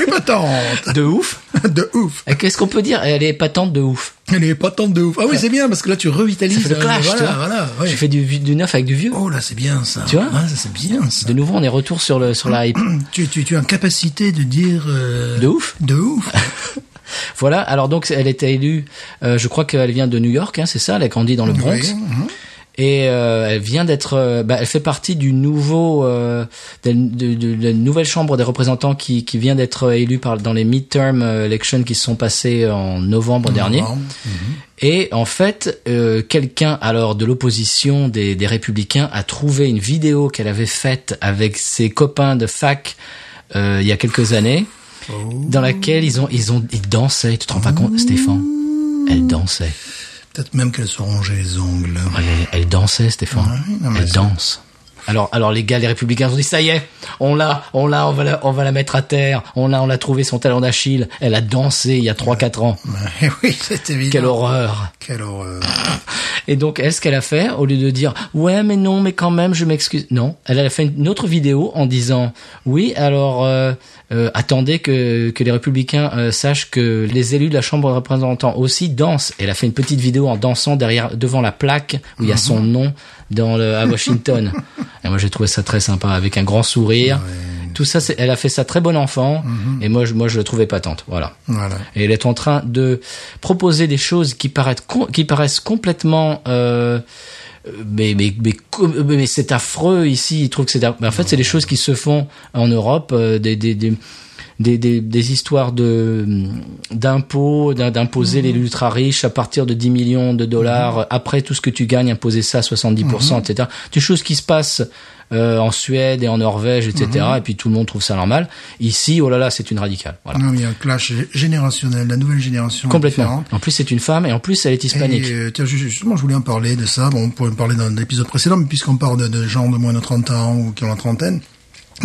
Speaker 2: Épatante.
Speaker 1: de ouf.
Speaker 2: De ouf.
Speaker 1: Euh, Qu'est-ce qu'on peut dire Elle est épatante de ouf.
Speaker 2: Elle est épatante de ouf. Ah oui, c'est bien, parce que là, tu revitalises.
Speaker 1: Ça fait le
Speaker 2: hein,
Speaker 1: clash,
Speaker 2: voilà,
Speaker 1: tu vois.
Speaker 2: Voilà, ouais.
Speaker 1: J'ai fait du, du neuf avec du vieux.
Speaker 2: Oh là, c'est bien ça.
Speaker 1: Tu vois
Speaker 2: Ouais, ça, C'est bien ça.
Speaker 1: De nouveau, on est retour sur le sur la hype.
Speaker 2: Tu, tu, tu as une capacité de dire... euh,
Speaker 1: De ouf.
Speaker 2: De ouf.
Speaker 1: Voilà. Alors donc, elle était élue. euh, je crois qu'elle vient de New York, hein, c'est ça. Elle a grandi dans le Bronx.
Speaker 2: Oui, mhm.
Speaker 1: Et euh, elle vient d'être, euh, bah, elle fait partie du nouveau, euh, de, de- de- de la nouvelle chambre des représentants qui, qui vient d'être élue par dans les midterm euh, elections qui se sont passées en novembre dernier.
Speaker 2: Bon. Mhm.
Speaker 1: Et en fait, euh, quelqu'un alors de l'opposition des, des républicains a trouvé une vidéo qu'elle avait faite avec ses copains de fac euh, il y a quelques années,
Speaker 2: Oh.
Speaker 1: dans laquelle ils ont ils ont ils dansaient. Tu te rends pas compte, Stéphane Elle dansait.
Speaker 2: Peut-être même qu'elles se rongeaient les ongles.
Speaker 1: Elle, elle dansait, Stéphane.
Speaker 2: Ouais, non, mais
Speaker 1: elle
Speaker 2: c'est-
Speaker 1: danse. Alors, alors les gars, les républicains ont dit ça y est, on l'a, on l'a, on va la, on va la mettre à terre. On l'a, on l'a trouvé son talent d'Achille. Elle a dansé il y a 3-4 ans.
Speaker 2: Ouais, Eh oui, c'est évident.
Speaker 1: Quelle horreur
Speaker 2: Quelle horreur.
Speaker 1: Et donc, elle, ce qu'elle a fait, au lieu de dire ouais, mais non, mais quand même, je m'excuse. Non, elle a fait une autre vidéo en disant oui, alors euh, euh, attendez que, que les républicains euh, sachent que les élus de la Chambre des représentants aussi dansent. Elle a fait une petite vidéo en dansant derrière, devant la plaque où il y a son nom dans le, à Washington. Et moi, j'ai trouvé ça très sympa, avec un grand sourire. Tout ça, c'est- elle a fait ça très bon enfant. Et moi, je, moi, je le trouvais patente. Voilà.
Speaker 2: Voilà.
Speaker 1: Et elle est en train de proposer des choses qui paraissent, com- qui paraissent complètement... euh, mais mais mais, co- mais c'est affreux ici. Ils trouvent que c'est. aff- mais en fait, c'est des choses qui se font en Europe, euh, des des des des, des, des histoires de hum, d'impôts, d'im- d'imposer les ultra riches à partir de 10 millions de dollars euh, après tout ce que tu gagnes, imposer ça à 70%, etc. Des choses qui se passent euh, en Suède et en Norvège, etc. Et puis tout le monde trouve ça normal. Ici, oh là là, c'est une radicale. Voilà.
Speaker 2: Non, mais il y a un clash générationnel, la nouvelle génération. est
Speaker 1: Complètement.
Speaker 2: différente.
Speaker 1: En plus, c'est une femme et en plus, elle est hispanique.
Speaker 2: Et, euh, tiens, ju- justement, je voulais en parler de ça. Bon, on pourrait en parler dans l'épisode précédent, mais puisqu'on parle de, de gens de moins de 30 ans ou qui ont la trentaine,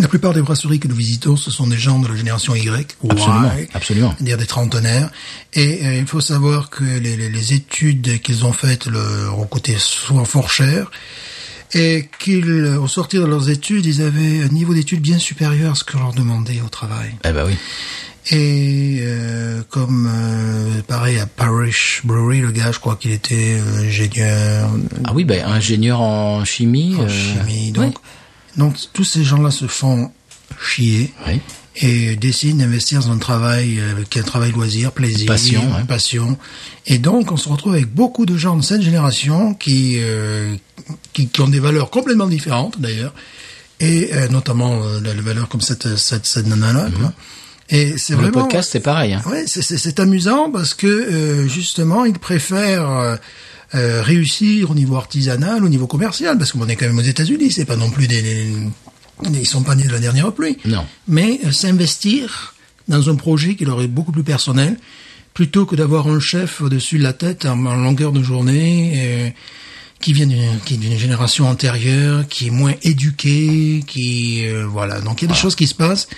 Speaker 2: la plupart des brasseries que nous visitons, ce sont des gens de la génération Y. ou
Speaker 1: Absolument,
Speaker 2: Y,
Speaker 1: absolument.
Speaker 2: C'est-à-dire des trentenaires. Et euh, il faut savoir que les, les- les études qu'ils ont faites leur ont coûté souvent fort cher. Et qu'ils, euh, au sortir de leurs études, ils avaient un niveau d'études bien supérieur à ce que leur demandait au travail.
Speaker 1: Eh ben oui.
Speaker 2: Et euh, comme euh, pareil à Parish Brewery, le gars, je crois qu'il était euh, ingénieur
Speaker 1: Ah oui, ben ingénieur en chimie.
Speaker 2: en
Speaker 1: euh,
Speaker 2: chimie. Donc, donc tous ces gens-là se font chier.
Speaker 1: Oui.
Speaker 2: et décide d'investir dans un travail euh, qui est un travail loisir, plaisir,
Speaker 1: Passion, ouais.
Speaker 2: passion. Et donc, on se retrouve avec beaucoup de gens de cette génération qui euh, qui, qui ont des valeurs complètement différentes d'ailleurs, et euh, notamment euh, les valeurs comme cette cette, cette nana là. Et c'est
Speaker 1: Mhm. Le
Speaker 2: vraiment
Speaker 1: podcast, c'est pareil. Hein.
Speaker 2: Ouais, c'est- c'est c'est amusant parce que euh, justement, ils préfèrent euh, euh, réussir au niveau artisanal, au niveau commercial, parce qu'on est quand même aux États-Unis, c'est pas non plus des, des- ils sont pas nés de la dernière pluie.
Speaker 1: Non.
Speaker 2: Mais euh, s'investir dans un projet qui leur est beaucoup plus personnel, plutôt que d'avoir un chef au-dessus de la tête en, en longueur de journée. euh, qui vient d'une qui est d'une génération antérieure, qui est moins éduquée, qui euh, voilà. Donc il y a des choses qui se passent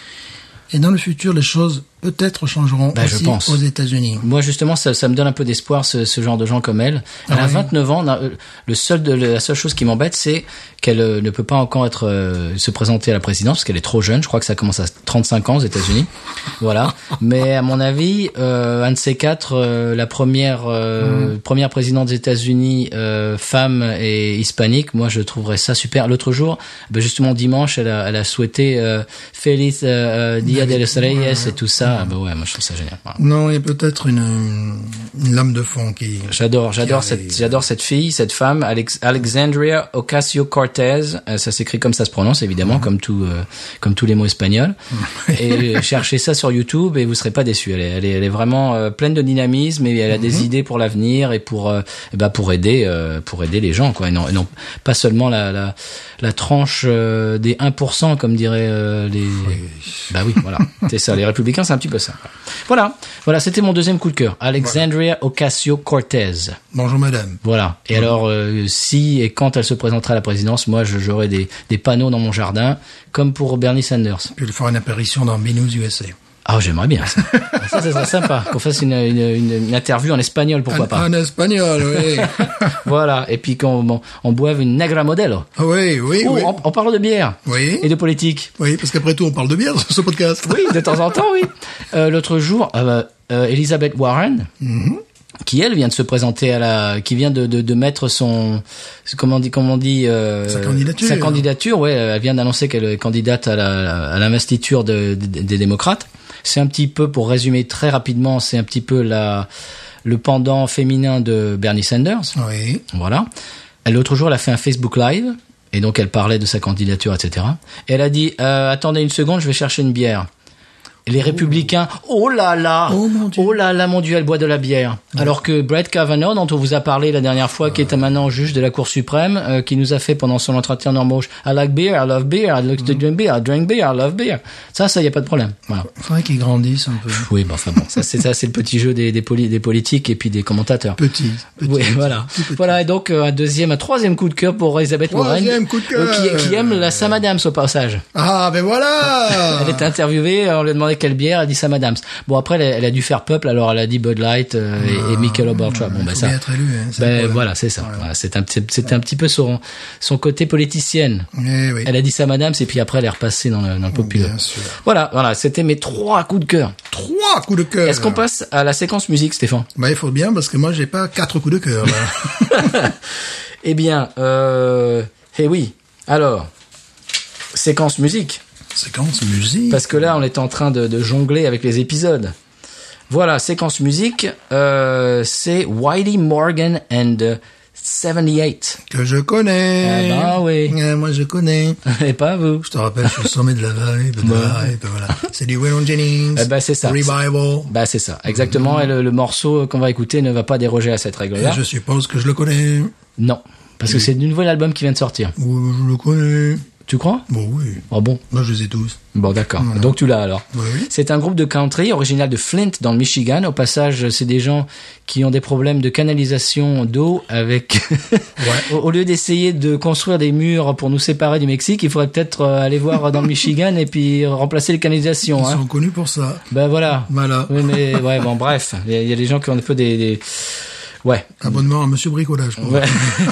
Speaker 2: et dans le futur, les choses peut-être changeront
Speaker 1: Ben, je
Speaker 2: aussi
Speaker 1: pense.
Speaker 2: aux États-Unis.
Speaker 1: Moi justement, ça, ça me donne un peu d'espoir ce, ce genre de gens comme elle. Elle a
Speaker 2: ouais.
Speaker 1: 29 ans. na- euh, Le seul, de- la seule chose qui m'embête, c'est qu'elle euh, ne peut pas encore être euh, se présenter à la présidence parce qu'elle est trop jeune. Je crois que ça commence à 35 ans aux États-Unis. voilà. Mais à mon avis, euh, un de ces quatre, euh, la première euh, première présidente des États-Unis euh, femme et hispanique, moi je trouverais ça super. L'autre jour, ben, justement dimanche, elle a, elle a souhaité euh, Feliz euh, euh, Dia de los Reyes et tout ça. Ah, ben ouais, moi je trouve ça génial. Voilà.
Speaker 2: Non, il y a peut-être une, une lame de fond qui.
Speaker 1: J'adore, j'adore
Speaker 2: Qui
Speaker 1: cette,
Speaker 2: arrive.
Speaker 1: j'adore cette fille, cette femme, Alex- Alexandria Ocasio Cortez. ça s'écrit comme ça se prononce, évidemment, comme tout, euh, comme tous les mots espagnols. et euh, cherchez ça sur YouTube et vous serez pas déçus. Elle est, elle est, elle est vraiment euh, pleine de dynamisme et elle a des idées pour l'avenir et pour, euh, eh ben, pour aider, euh, pour aider les gens, quoi. Et non, et non, pas seulement la, la, la tranche euh, des 1%, comme diraient euh, les. Bah oui, voilà. C'est ça. Les républicains, c'est un petit peu ça. Voilà. Voilà. C'était mon deuxième coup de cœur. Alexandria Ocasio Cortez.
Speaker 2: Bonjour madame.
Speaker 1: Voilà.
Speaker 2: Mmh.
Speaker 1: Et alors, euh, si et quand elle se présentera à la présidence, moi, je- j'aurai des, des panneaux dans mon jardin, comme pour Bernie Sanders.
Speaker 2: Puis elle fera une apparition dans Minus USA.
Speaker 1: Ah, j'aimerais bien ça. ça, ça serait sympa qu'on fasse une, une, une- une interview en espagnol, pourquoi
Speaker 2: en,
Speaker 1: pas.
Speaker 2: en espagnol, oui.
Speaker 1: Voilà. Et puis qu'on on, on boive une Negra Modelo.
Speaker 2: Ah oui, oui,
Speaker 1: Oh,
Speaker 2: oui.
Speaker 1: on, on parle de bière.
Speaker 2: Oui.
Speaker 1: Et de politique.
Speaker 2: Oui, parce qu'après tout, on parle de bière sur ce podcast.
Speaker 1: Oui, de temps en temps, oui. Euh, L'autre jour, euh, euh, Elizabeth Warren,
Speaker 2: Mm-hmm.
Speaker 1: qui elle vient de se présenter à la, qui vient de, de, de mettre son, comment on dit, comment on dit, euh,
Speaker 2: Sa candidature.
Speaker 1: sa candidature, ouais, elle vient d'annoncer qu'elle est candidate à la- à l'investiture de- de- des démocrates. C'est un petit peu, pour résumer très rapidement, c'est un petit peu la, le pendant féminin de Bernie Sanders.
Speaker 2: Oui.
Speaker 1: Voilà. Elle, L'autre jour, elle a fait un Facebook Live. Et donc, elle parlait de sa candidature, etc. Et elle a dit, euh, attendez une seconde, je vais chercher une bière. Et les républicains, oh là là,
Speaker 2: Oh mon Dieu.
Speaker 1: là là, mon Dieu, elle boit de la bière. Alors que Brett Kavanaugh, dont on vous a parlé la dernière fois, qui est maintenant juge de la Cour suprême, euh, qui nous a fait pendant son entretien d'embauche, I like beer, I love beer, I like to drink beer, I drink beer, I love beer. Ça, ça, y a pas de problème. Voilà.
Speaker 2: Faudrait qu'ils grandissent un peu.
Speaker 1: Oui, bah, enfin bon, ça, c'est ça, c'est le petit jeu des, des, poli- des politiques et puis des commentateurs.
Speaker 2: Petit. petit.
Speaker 1: Oui, voilà. Voilà, et donc euh, un deuxième, un troisième coup de cœur pour Elisabeth Warren.
Speaker 2: Troisième coup de cœur.
Speaker 1: euh, qui, qui aime la Sam Adams au passage.
Speaker 2: Ah, ben voilà.
Speaker 1: Elle était interviewée, euh, on lui a demandé quelle bière, elle a dit Sam Adams. Bon, après, elle, a- elle a dû faire peuple, alors elle a dit Bud Light euh, et, et Michelob Ultra. Bon, ben
Speaker 2: Faut
Speaker 1: ça.
Speaker 2: Ah. bien être élu, hein, c'est le
Speaker 1: ben
Speaker 2: problème.
Speaker 1: voilà, c'est ça. Voilà, c'est un, petit- c'était un petit peu son, son côté politicienne.
Speaker 2: Eh oui.
Speaker 1: Elle a dit Sam Adams et puis après elle est repassée dans le, dans le populo.
Speaker 2: Bien sûr.
Speaker 1: Voilà, voilà, c'était mes trois coups de cœur.
Speaker 2: Trois coups de cœur.
Speaker 1: Est-ce qu'on passe à la séquence musique, Stéphane
Speaker 2: Bah, il faut bien parce que moi, j'ai pas quatre coups de cœur. là.
Speaker 1: Eh bien, euh, eh oui. Alors, séquence musique,
Speaker 2: Séquence musique.
Speaker 1: parce que là, on est en train de, de jongler avec les épisodes. Voilà, séquence musique, euh, c'est Wiley Morgan and euh, 78.
Speaker 2: Que je connais.
Speaker 1: Ah bah oui.
Speaker 2: Eh, moi, je connais.
Speaker 1: Et pas vous.
Speaker 2: Je te rappelle, je suis au sommet de la vallée. ben, et ben, voilà. C'est du Waylon Jennings.
Speaker 1: Bah. Eh ben, c'est ça.
Speaker 2: Revival.
Speaker 1: Bah c'est ça, exactement. Et le, le morceau qu'on va écouter ne va pas déroger à cette
Speaker 2: Et
Speaker 1: règle-là.
Speaker 2: je suppose que je le connais.
Speaker 1: Non, parce que c'est du nouvel album qui vient de sortir.
Speaker 2: Oui, je le connais.
Speaker 1: Tu crois
Speaker 2: Bon, oui.
Speaker 1: Oh bon.
Speaker 2: Moi, je les ai tous.
Speaker 1: Bon, d'accord. Donc tu l'as alors.
Speaker 2: Oui.
Speaker 1: C'est un groupe de country original de Flint dans le Michigan. Au passage, c'est des gens qui ont des problèmes de canalisation d'eau avec. Au- Au lieu d'essayer de construire des murs pour nous séparer du Mexique, il faudrait peut-être euh, aller voir dans le Michigan et puis remplacer les canalisations.
Speaker 2: Ils
Speaker 1: Hein.
Speaker 2: sont connus pour ça.
Speaker 1: Ben voilà.
Speaker 2: Voilà.
Speaker 1: Oui, mais ouais, bon, bref. Il y, a- il y a des gens qui ont un peu des. des... Ouais.
Speaker 2: Abonnement à Monsieur Bricolage. pour-
Speaker 1: Ouais.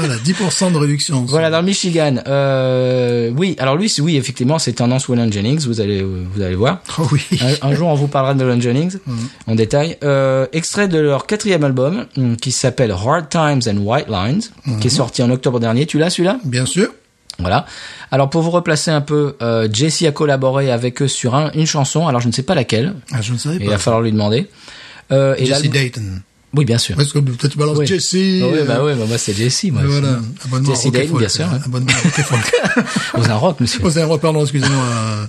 Speaker 2: Voilà, 10% de réduction.
Speaker 1: Voilà, dans le Michigan. Euh, oui, alors lui, c'est- oui, effectivement, c'est tendance Waylon Jennings, vous allez, vous allez voir.
Speaker 2: Oh oui.
Speaker 1: un, un jour, on vous parlera de Nolan Jennings
Speaker 2: Mhm.
Speaker 1: en détail. Euh, extrait de leur quatrième album hmm,
Speaker 2: Mhm.
Speaker 1: hum, qui s'appelle Hard Times and White Lines, qui est sorti en octobre dernier. Tu l'as celui-là
Speaker 2: Bien sûr.
Speaker 1: Voilà. Alors pour vous replacer un peu, euh, Jesse a collaboré avec eux sur un- une chanson. Alors je ne sais pas laquelle.
Speaker 2: Ah, je ne savais
Speaker 1: Il va
Speaker 2: pas.
Speaker 1: falloir lui demander. Euh, et
Speaker 2: Jesse
Speaker 1: l'album-
Speaker 2: Dayton.
Speaker 1: Oui, bien sûr.
Speaker 2: Parce que peut-être tu balances
Speaker 1: Oui.
Speaker 2: Jesse.
Speaker 1: Ouais,
Speaker 2: euh,
Speaker 1: bah ouais, bah moi c'est Jesse, moi.
Speaker 2: Voilà, abonnement
Speaker 1: Jesse
Speaker 2: à Rocket
Speaker 1: Dayton,
Speaker 2: Folk,
Speaker 1: bien sûr, hein.
Speaker 2: euh,
Speaker 1: ouais.
Speaker 2: Abonnement à Rocket Folk.
Speaker 1: Aux un rock, monsieur.
Speaker 2: Oh, c'est un- pardon, excusez-moi. euh,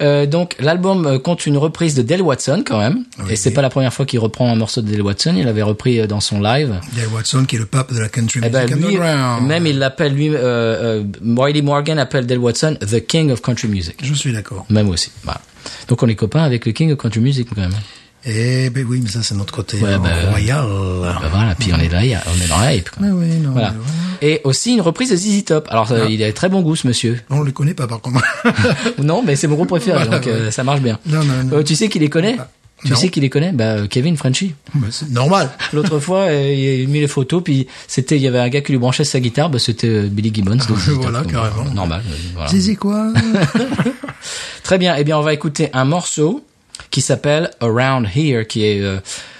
Speaker 1: Euh, donc l'album euh, compte une reprise de Dale Watson quand même.
Speaker 2: Oui.
Speaker 1: Et c'est pas la première fois qu'il reprend un morceau de Dale Watson. Il l'avait repris euh, dans son live.
Speaker 2: Dale Watson, qui est le pape de la country
Speaker 1: Eh
Speaker 2: music
Speaker 1: ben lui,
Speaker 2: underground.
Speaker 1: même il l'appelle lui. Euh, euh, Wiley Morgan appelle Dale Watson the King of Country Music.
Speaker 2: Je suis d'accord.
Speaker 1: Même aussi. Voilà. Donc on est copains avec le King of Country Music quand même.
Speaker 2: Eh ben oui, mais ça, c'est notre côté
Speaker 1: Ouais,
Speaker 2: euh,
Speaker 1: bah,
Speaker 2: royal.
Speaker 1: Bah voilà, puis on est là, il y a- on est dans la hype. quoi.
Speaker 2: Mais oui, Ah. non,
Speaker 1: Voilà.
Speaker 2: mais voilà.
Speaker 1: Et aussi une reprise de ZZ Top. Alors, ça, il a très bon goût, ce monsieur.
Speaker 2: On le connaît pas, par contre.
Speaker 1: Non, mais c'est mon groupe préféré,
Speaker 2: Voilà,
Speaker 1: donc euh, ça marche bien.
Speaker 2: Non, non, non. Ah,
Speaker 1: Euh, tu sais qui les connaît Tu
Speaker 2: non.
Speaker 1: sais qui les connaît Bah, euh, Kevin Frenchy.
Speaker 2: Bah, c'est normal.
Speaker 1: L'autre fois, euh, il a mis les photos, puis c'était, il y avait un gars qui lui branchait sa guitare, bah, c'était euh, Billy Gibbons. donc ZZ Top,
Speaker 2: Voilà,
Speaker 1: donc,
Speaker 2: carrément.
Speaker 1: euh, normal. euh, voilà.
Speaker 2: Zizi quoi
Speaker 1: Très bien. Eh bien, on va écouter un morceau qui s'appelle Around Here, qui est euh,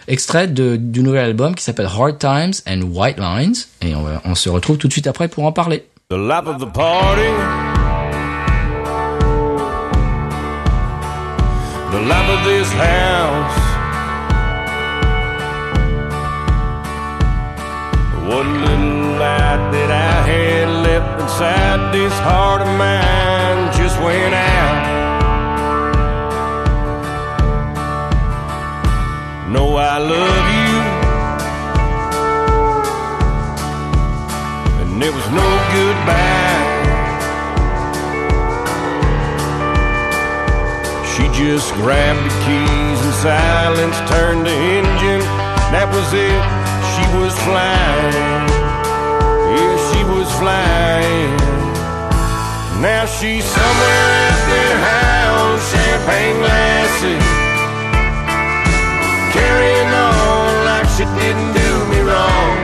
Speaker 1: extrait de- du nouvel album qui s'appelle Hard Times and White Lines. Et on, va- on se retrouve tout de suite après pour en parler.
Speaker 3: The lap of the party. The lap of this house. What little light that I had left inside this heart of mine just went out. No, I love you. and there was no goodbye. She just grabbed the keys and silence turned the engine. That was it. She was flying. Yeah, she was flying. Now she's somewhere at their house, champagne glasses, carrying on like she didn't do me wrong.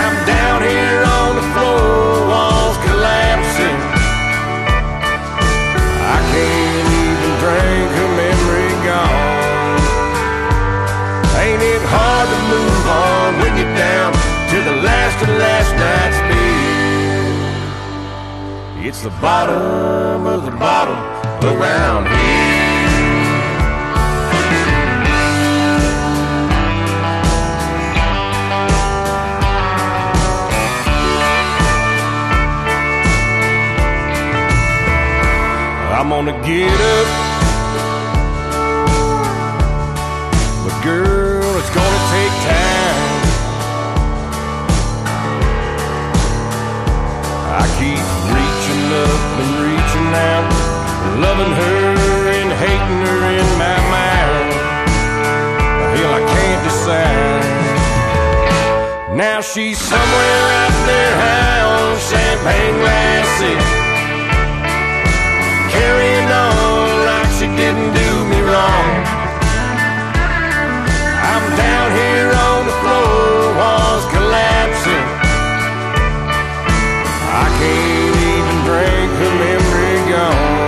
Speaker 3: I'm down here on the floor, walls collapsing. I can't even drink her memory gone. Ain't it hard to move on when you're down to the last of last night's beer? It's the bottom of the bottle around here. I'm gonna get up. But girl, it's gonna take time. I keep reaching up and reaching out, loving her and hating her in my mind. Hell, I can't decide. Now she's somewhere out there high on champagne glasses carrying on like she didn't do me wrong. I'm down here on the floor, walls collapsing. I can't even drink her memory gone.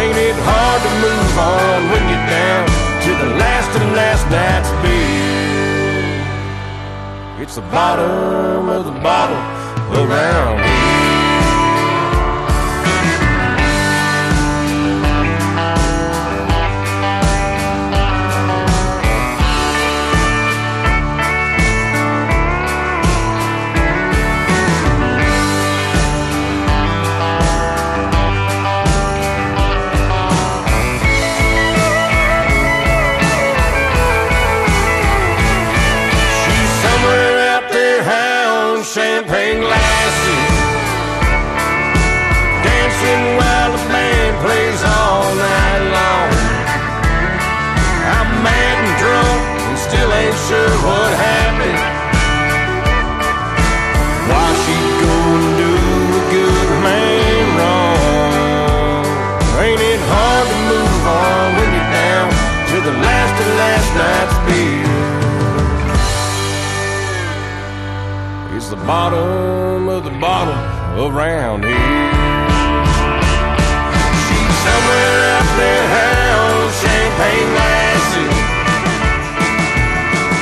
Speaker 3: Ain't it hard to move on when you're down to the last and last night's beer? It's the bottom of the bottle around here. She's somewhere out there high on champagne glasses. Dancing while the band plays all night long. I'm mad and drunk and still ain't sure what happened. Why she go and do a good man wrong? Ain't it hard to move on when you're down to the last of last night's beer? It's the bottom of the bottle around here. She's somewhere up there, high on champagne glasses,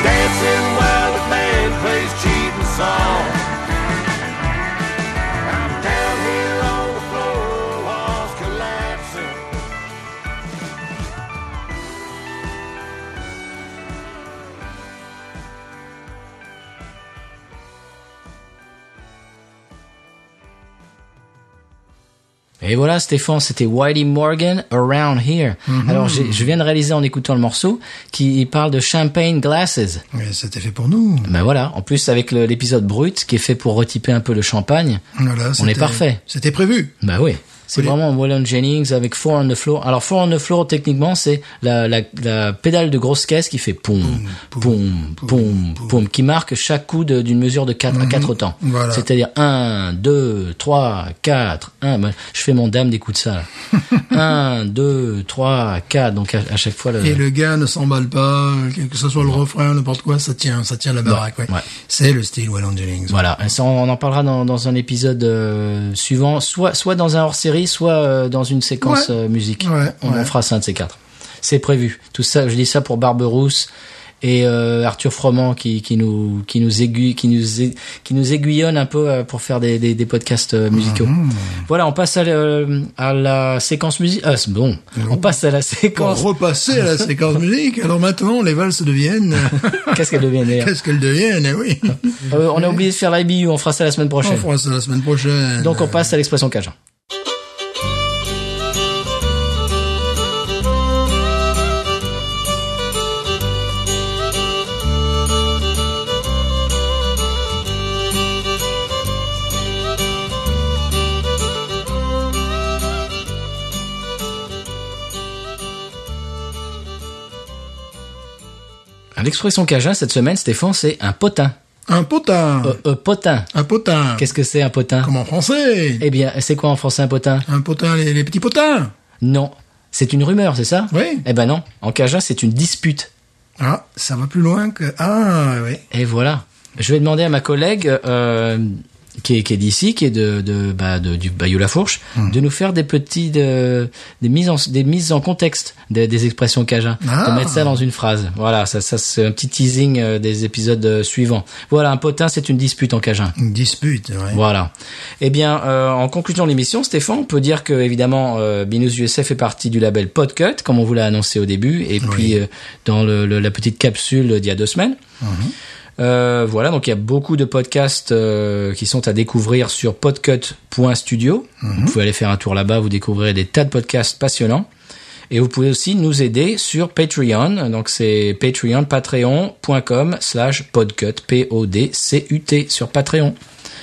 Speaker 3: dancing while the band plays cheating song.
Speaker 1: Et voilà, Stéphane, c'était Wiley Morgan, Around Here.
Speaker 2: Mhm.
Speaker 1: Alors, j'ai- je viens de réaliser en écoutant le morceau qui parle de champagne glasses.
Speaker 2: Mais C'était fait pour nous.
Speaker 1: Ben voilà, en plus avec le- l'épisode brut qui est fait pour retyper un peu le champagne.
Speaker 2: Voilà,
Speaker 1: On est
Speaker 2: c'était-
Speaker 1: parfait.
Speaker 2: C'était prévu.
Speaker 1: Ben oui. C'est
Speaker 2: Oui.
Speaker 1: vraiment Waylon Jennings avec Four on the Floor. Alors Four on the Floor, techniquement, c'est la, la, la pédale de grosse caisse qui fait poum, poum, poum, Mhm. poum, qui marque chaque coup de- d'une mesure de 4 à 4 temps.
Speaker 2: Voilà.
Speaker 1: C'est-à-dire 1, 2, 3, 4, 1. Ben, je fais mon dame d'écoute ça. 1, 2, 3, 4. Donc à, à chaque fois... Le...
Speaker 2: Et le gars ne s'emballe pas, que ce soit le refrain, n'importe quoi, ça tient, ça tient la baraque. Ouais.
Speaker 1: ouais.
Speaker 2: C'est le style Well Jennings.
Speaker 1: Voilà, Et ça, on en parlera dans, dans un épisode euh, suivant, soit, soit dans un hors-série, soit euh, dans une séquence
Speaker 2: Ouais.
Speaker 1: euh, musique.
Speaker 2: Ouais,
Speaker 1: on
Speaker 2: ouais.
Speaker 1: en fera ça, un de ces quatre. C'est prévu. Tout ça, je dis ça pour Barberousse et euh, Arthur Froment qui, qui nous qui nous aiguille qui nous aiguille- qui nous aiguillonne un peu euh, pour faire des, des, des podcasts euh, musicaux.
Speaker 2: Mhm.
Speaker 1: Voilà, on passe à, le- à la séquence musique. Ah, c'est bon.
Speaker 2: Eh
Speaker 1: On passe
Speaker 2: Oh.
Speaker 1: à la
Speaker 2: Pour
Speaker 1: séquence.
Speaker 2: repasser à la séquence musique, alors maintenant les valses deviennent,
Speaker 1: Qu'est-ce qu'elle devient d'ailleurs
Speaker 2: qu'est-ce qu'elles deviennent, eh oui.
Speaker 1: Euh, On a oublié de faire l'IBU, on fera ça la semaine
Speaker 2: On
Speaker 1: prochaine.
Speaker 2: fera ça la semaine prochaine.
Speaker 1: Donc on passe à l'expression cajun. L'expression cajun cette semaine, Stéphane, c'est un potin.
Speaker 2: Un potin.
Speaker 1: Euh, euh, potin.
Speaker 2: Un potin.
Speaker 1: Qu'est-ce que c'est un potin
Speaker 2: Comme en français.
Speaker 1: Eh bien, c'est quoi en français un potin
Speaker 2: Un potin, les, les petits potins.
Speaker 1: Non. C'est une rumeur, c'est ça
Speaker 2: Oui.
Speaker 1: Eh ben non. En Cajun, c'est une dispute.
Speaker 2: Ah, ça va plus loin que, ah, oui.
Speaker 1: Et voilà. Je vais demander à ma collègue euh, qui est, qui est d'ici, qui est de, de, bah, de- du Bayou La Fourche,
Speaker 2: Hmm.
Speaker 1: de nous faire des petits de- des mises en des mises en contexte des, des expressions Cajun,
Speaker 2: Ah.
Speaker 1: de mettre ça dans une phrase. Voilà, ça, ça c'est un petit teasing euh, des épisodes euh, suivants. Voilà, un potin, c'est une dispute en Cajun.
Speaker 2: Une dispute, ouais.
Speaker 1: Voilà. Eh bien, euh, en conclusion de l'émission, Stéphane, on peut dire que évidemment, euh, Binous USA fait partie du label Podcut, comme on vous l'a annoncé au début, et puis euh, dans le- le- la petite capsule d'il y a deux semaines. Euh, voilà, donc il y a beaucoup de podcasts euh, qui sont à découvrir sur podcut.studio. Vous pouvez aller faire un tour là-bas, vous découvrirez des tas de podcasts passionnants. Et vous pouvez aussi nous aider sur Patreon. Donc c'est Patreon, patreon.com slash podcut, P-O-D-C-U-T, sur Patreon.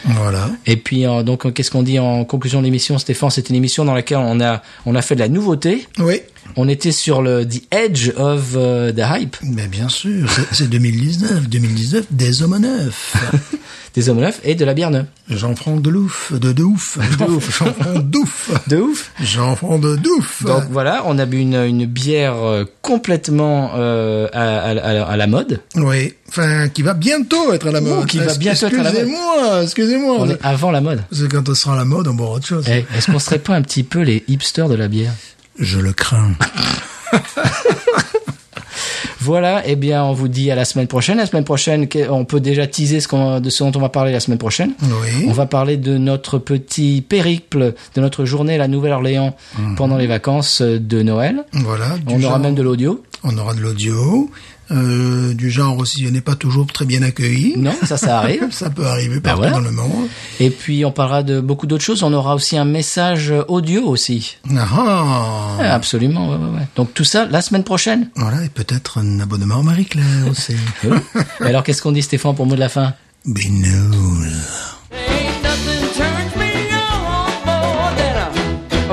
Speaker 2: Voilà.
Speaker 1: Et puis euh, donc euh, qu'est-ce qu'on dit en conclusion de l'émission Stéphane C'est une émission dans laquelle on a on a fait de la nouveauté.
Speaker 2: Oui.
Speaker 1: On était sur le the edge of euh, the hype
Speaker 2: Mais bien sûr, c'est- c'est 2019. 2019, des hommes neufs.
Speaker 1: des hommes neufs et de la bière neuve.
Speaker 2: Jean-Franc Delouf, de, de ouf. Jean-Franc Douf.
Speaker 1: De ouf.
Speaker 2: Jean-Franc de Douf.
Speaker 1: Donc voilà, on a bu une, une bière euh, complètement euh, à, à- à- à la mode.
Speaker 2: Oui. Enfin, qui va bientôt être à la mode.
Speaker 1: Oh, qui va bientôt être à la mode.
Speaker 2: Excusez-moi, excusez-moi.
Speaker 1: On est avant la mode.
Speaker 2: Parce que quand on sera à la mode, on boira autre chose.
Speaker 1: Eh, Est-ce qu'on serait pas un petit peu les hipsters de la bière
Speaker 2: Je le crains.
Speaker 1: Voilà, eh bien on vous dit à la semaine prochaine. La semaine prochaine, que- on peut déjà teaser ce qu'on de ce dont on va parler la semaine prochaine.
Speaker 2: Oui.
Speaker 1: On va parler de notre petit périple, de notre journée à la Nouvelle-Orléans pendant les vacances de Noël.
Speaker 2: Voilà. Mhm. du
Speaker 1: On aura
Speaker 2: genre-
Speaker 1: même de l'audio.
Speaker 2: On aura de l'audio. Euh, du genre aussi, on n'est pas toujours très bien accueilli.
Speaker 1: Non, ça, ça arrive.
Speaker 2: Ça peut arriver partout
Speaker 1: voilà.
Speaker 2: dans le monde.
Speaker 1: Et puis, on parlera de beaucoup d'autres choses. On aura aussi un message audio aussi.
Speaker 2: Ah, ah.
Speaker 1: Ah, absolument, ouais, ouais, ouais. Donc, tout ça la semaine prochaine.
Speaker 2: Voilà, et peut-être un abonnement à Marie-Claire aussi.
Speaker 1: Et Alors, qu'est-ce qu'on dit, Stéphane, pour mot de la fin
Speaker 2: Binous.
Speaker 4: Ain't nothing turns me on more than a,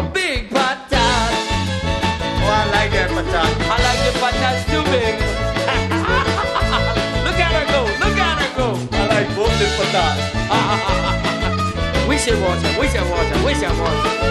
Speaker 4: a big patat. Oh, I like that patat. I like the patats too big. look at her go, look at her go. I like both the patats. we should watch her, we should watch her, we should watch her.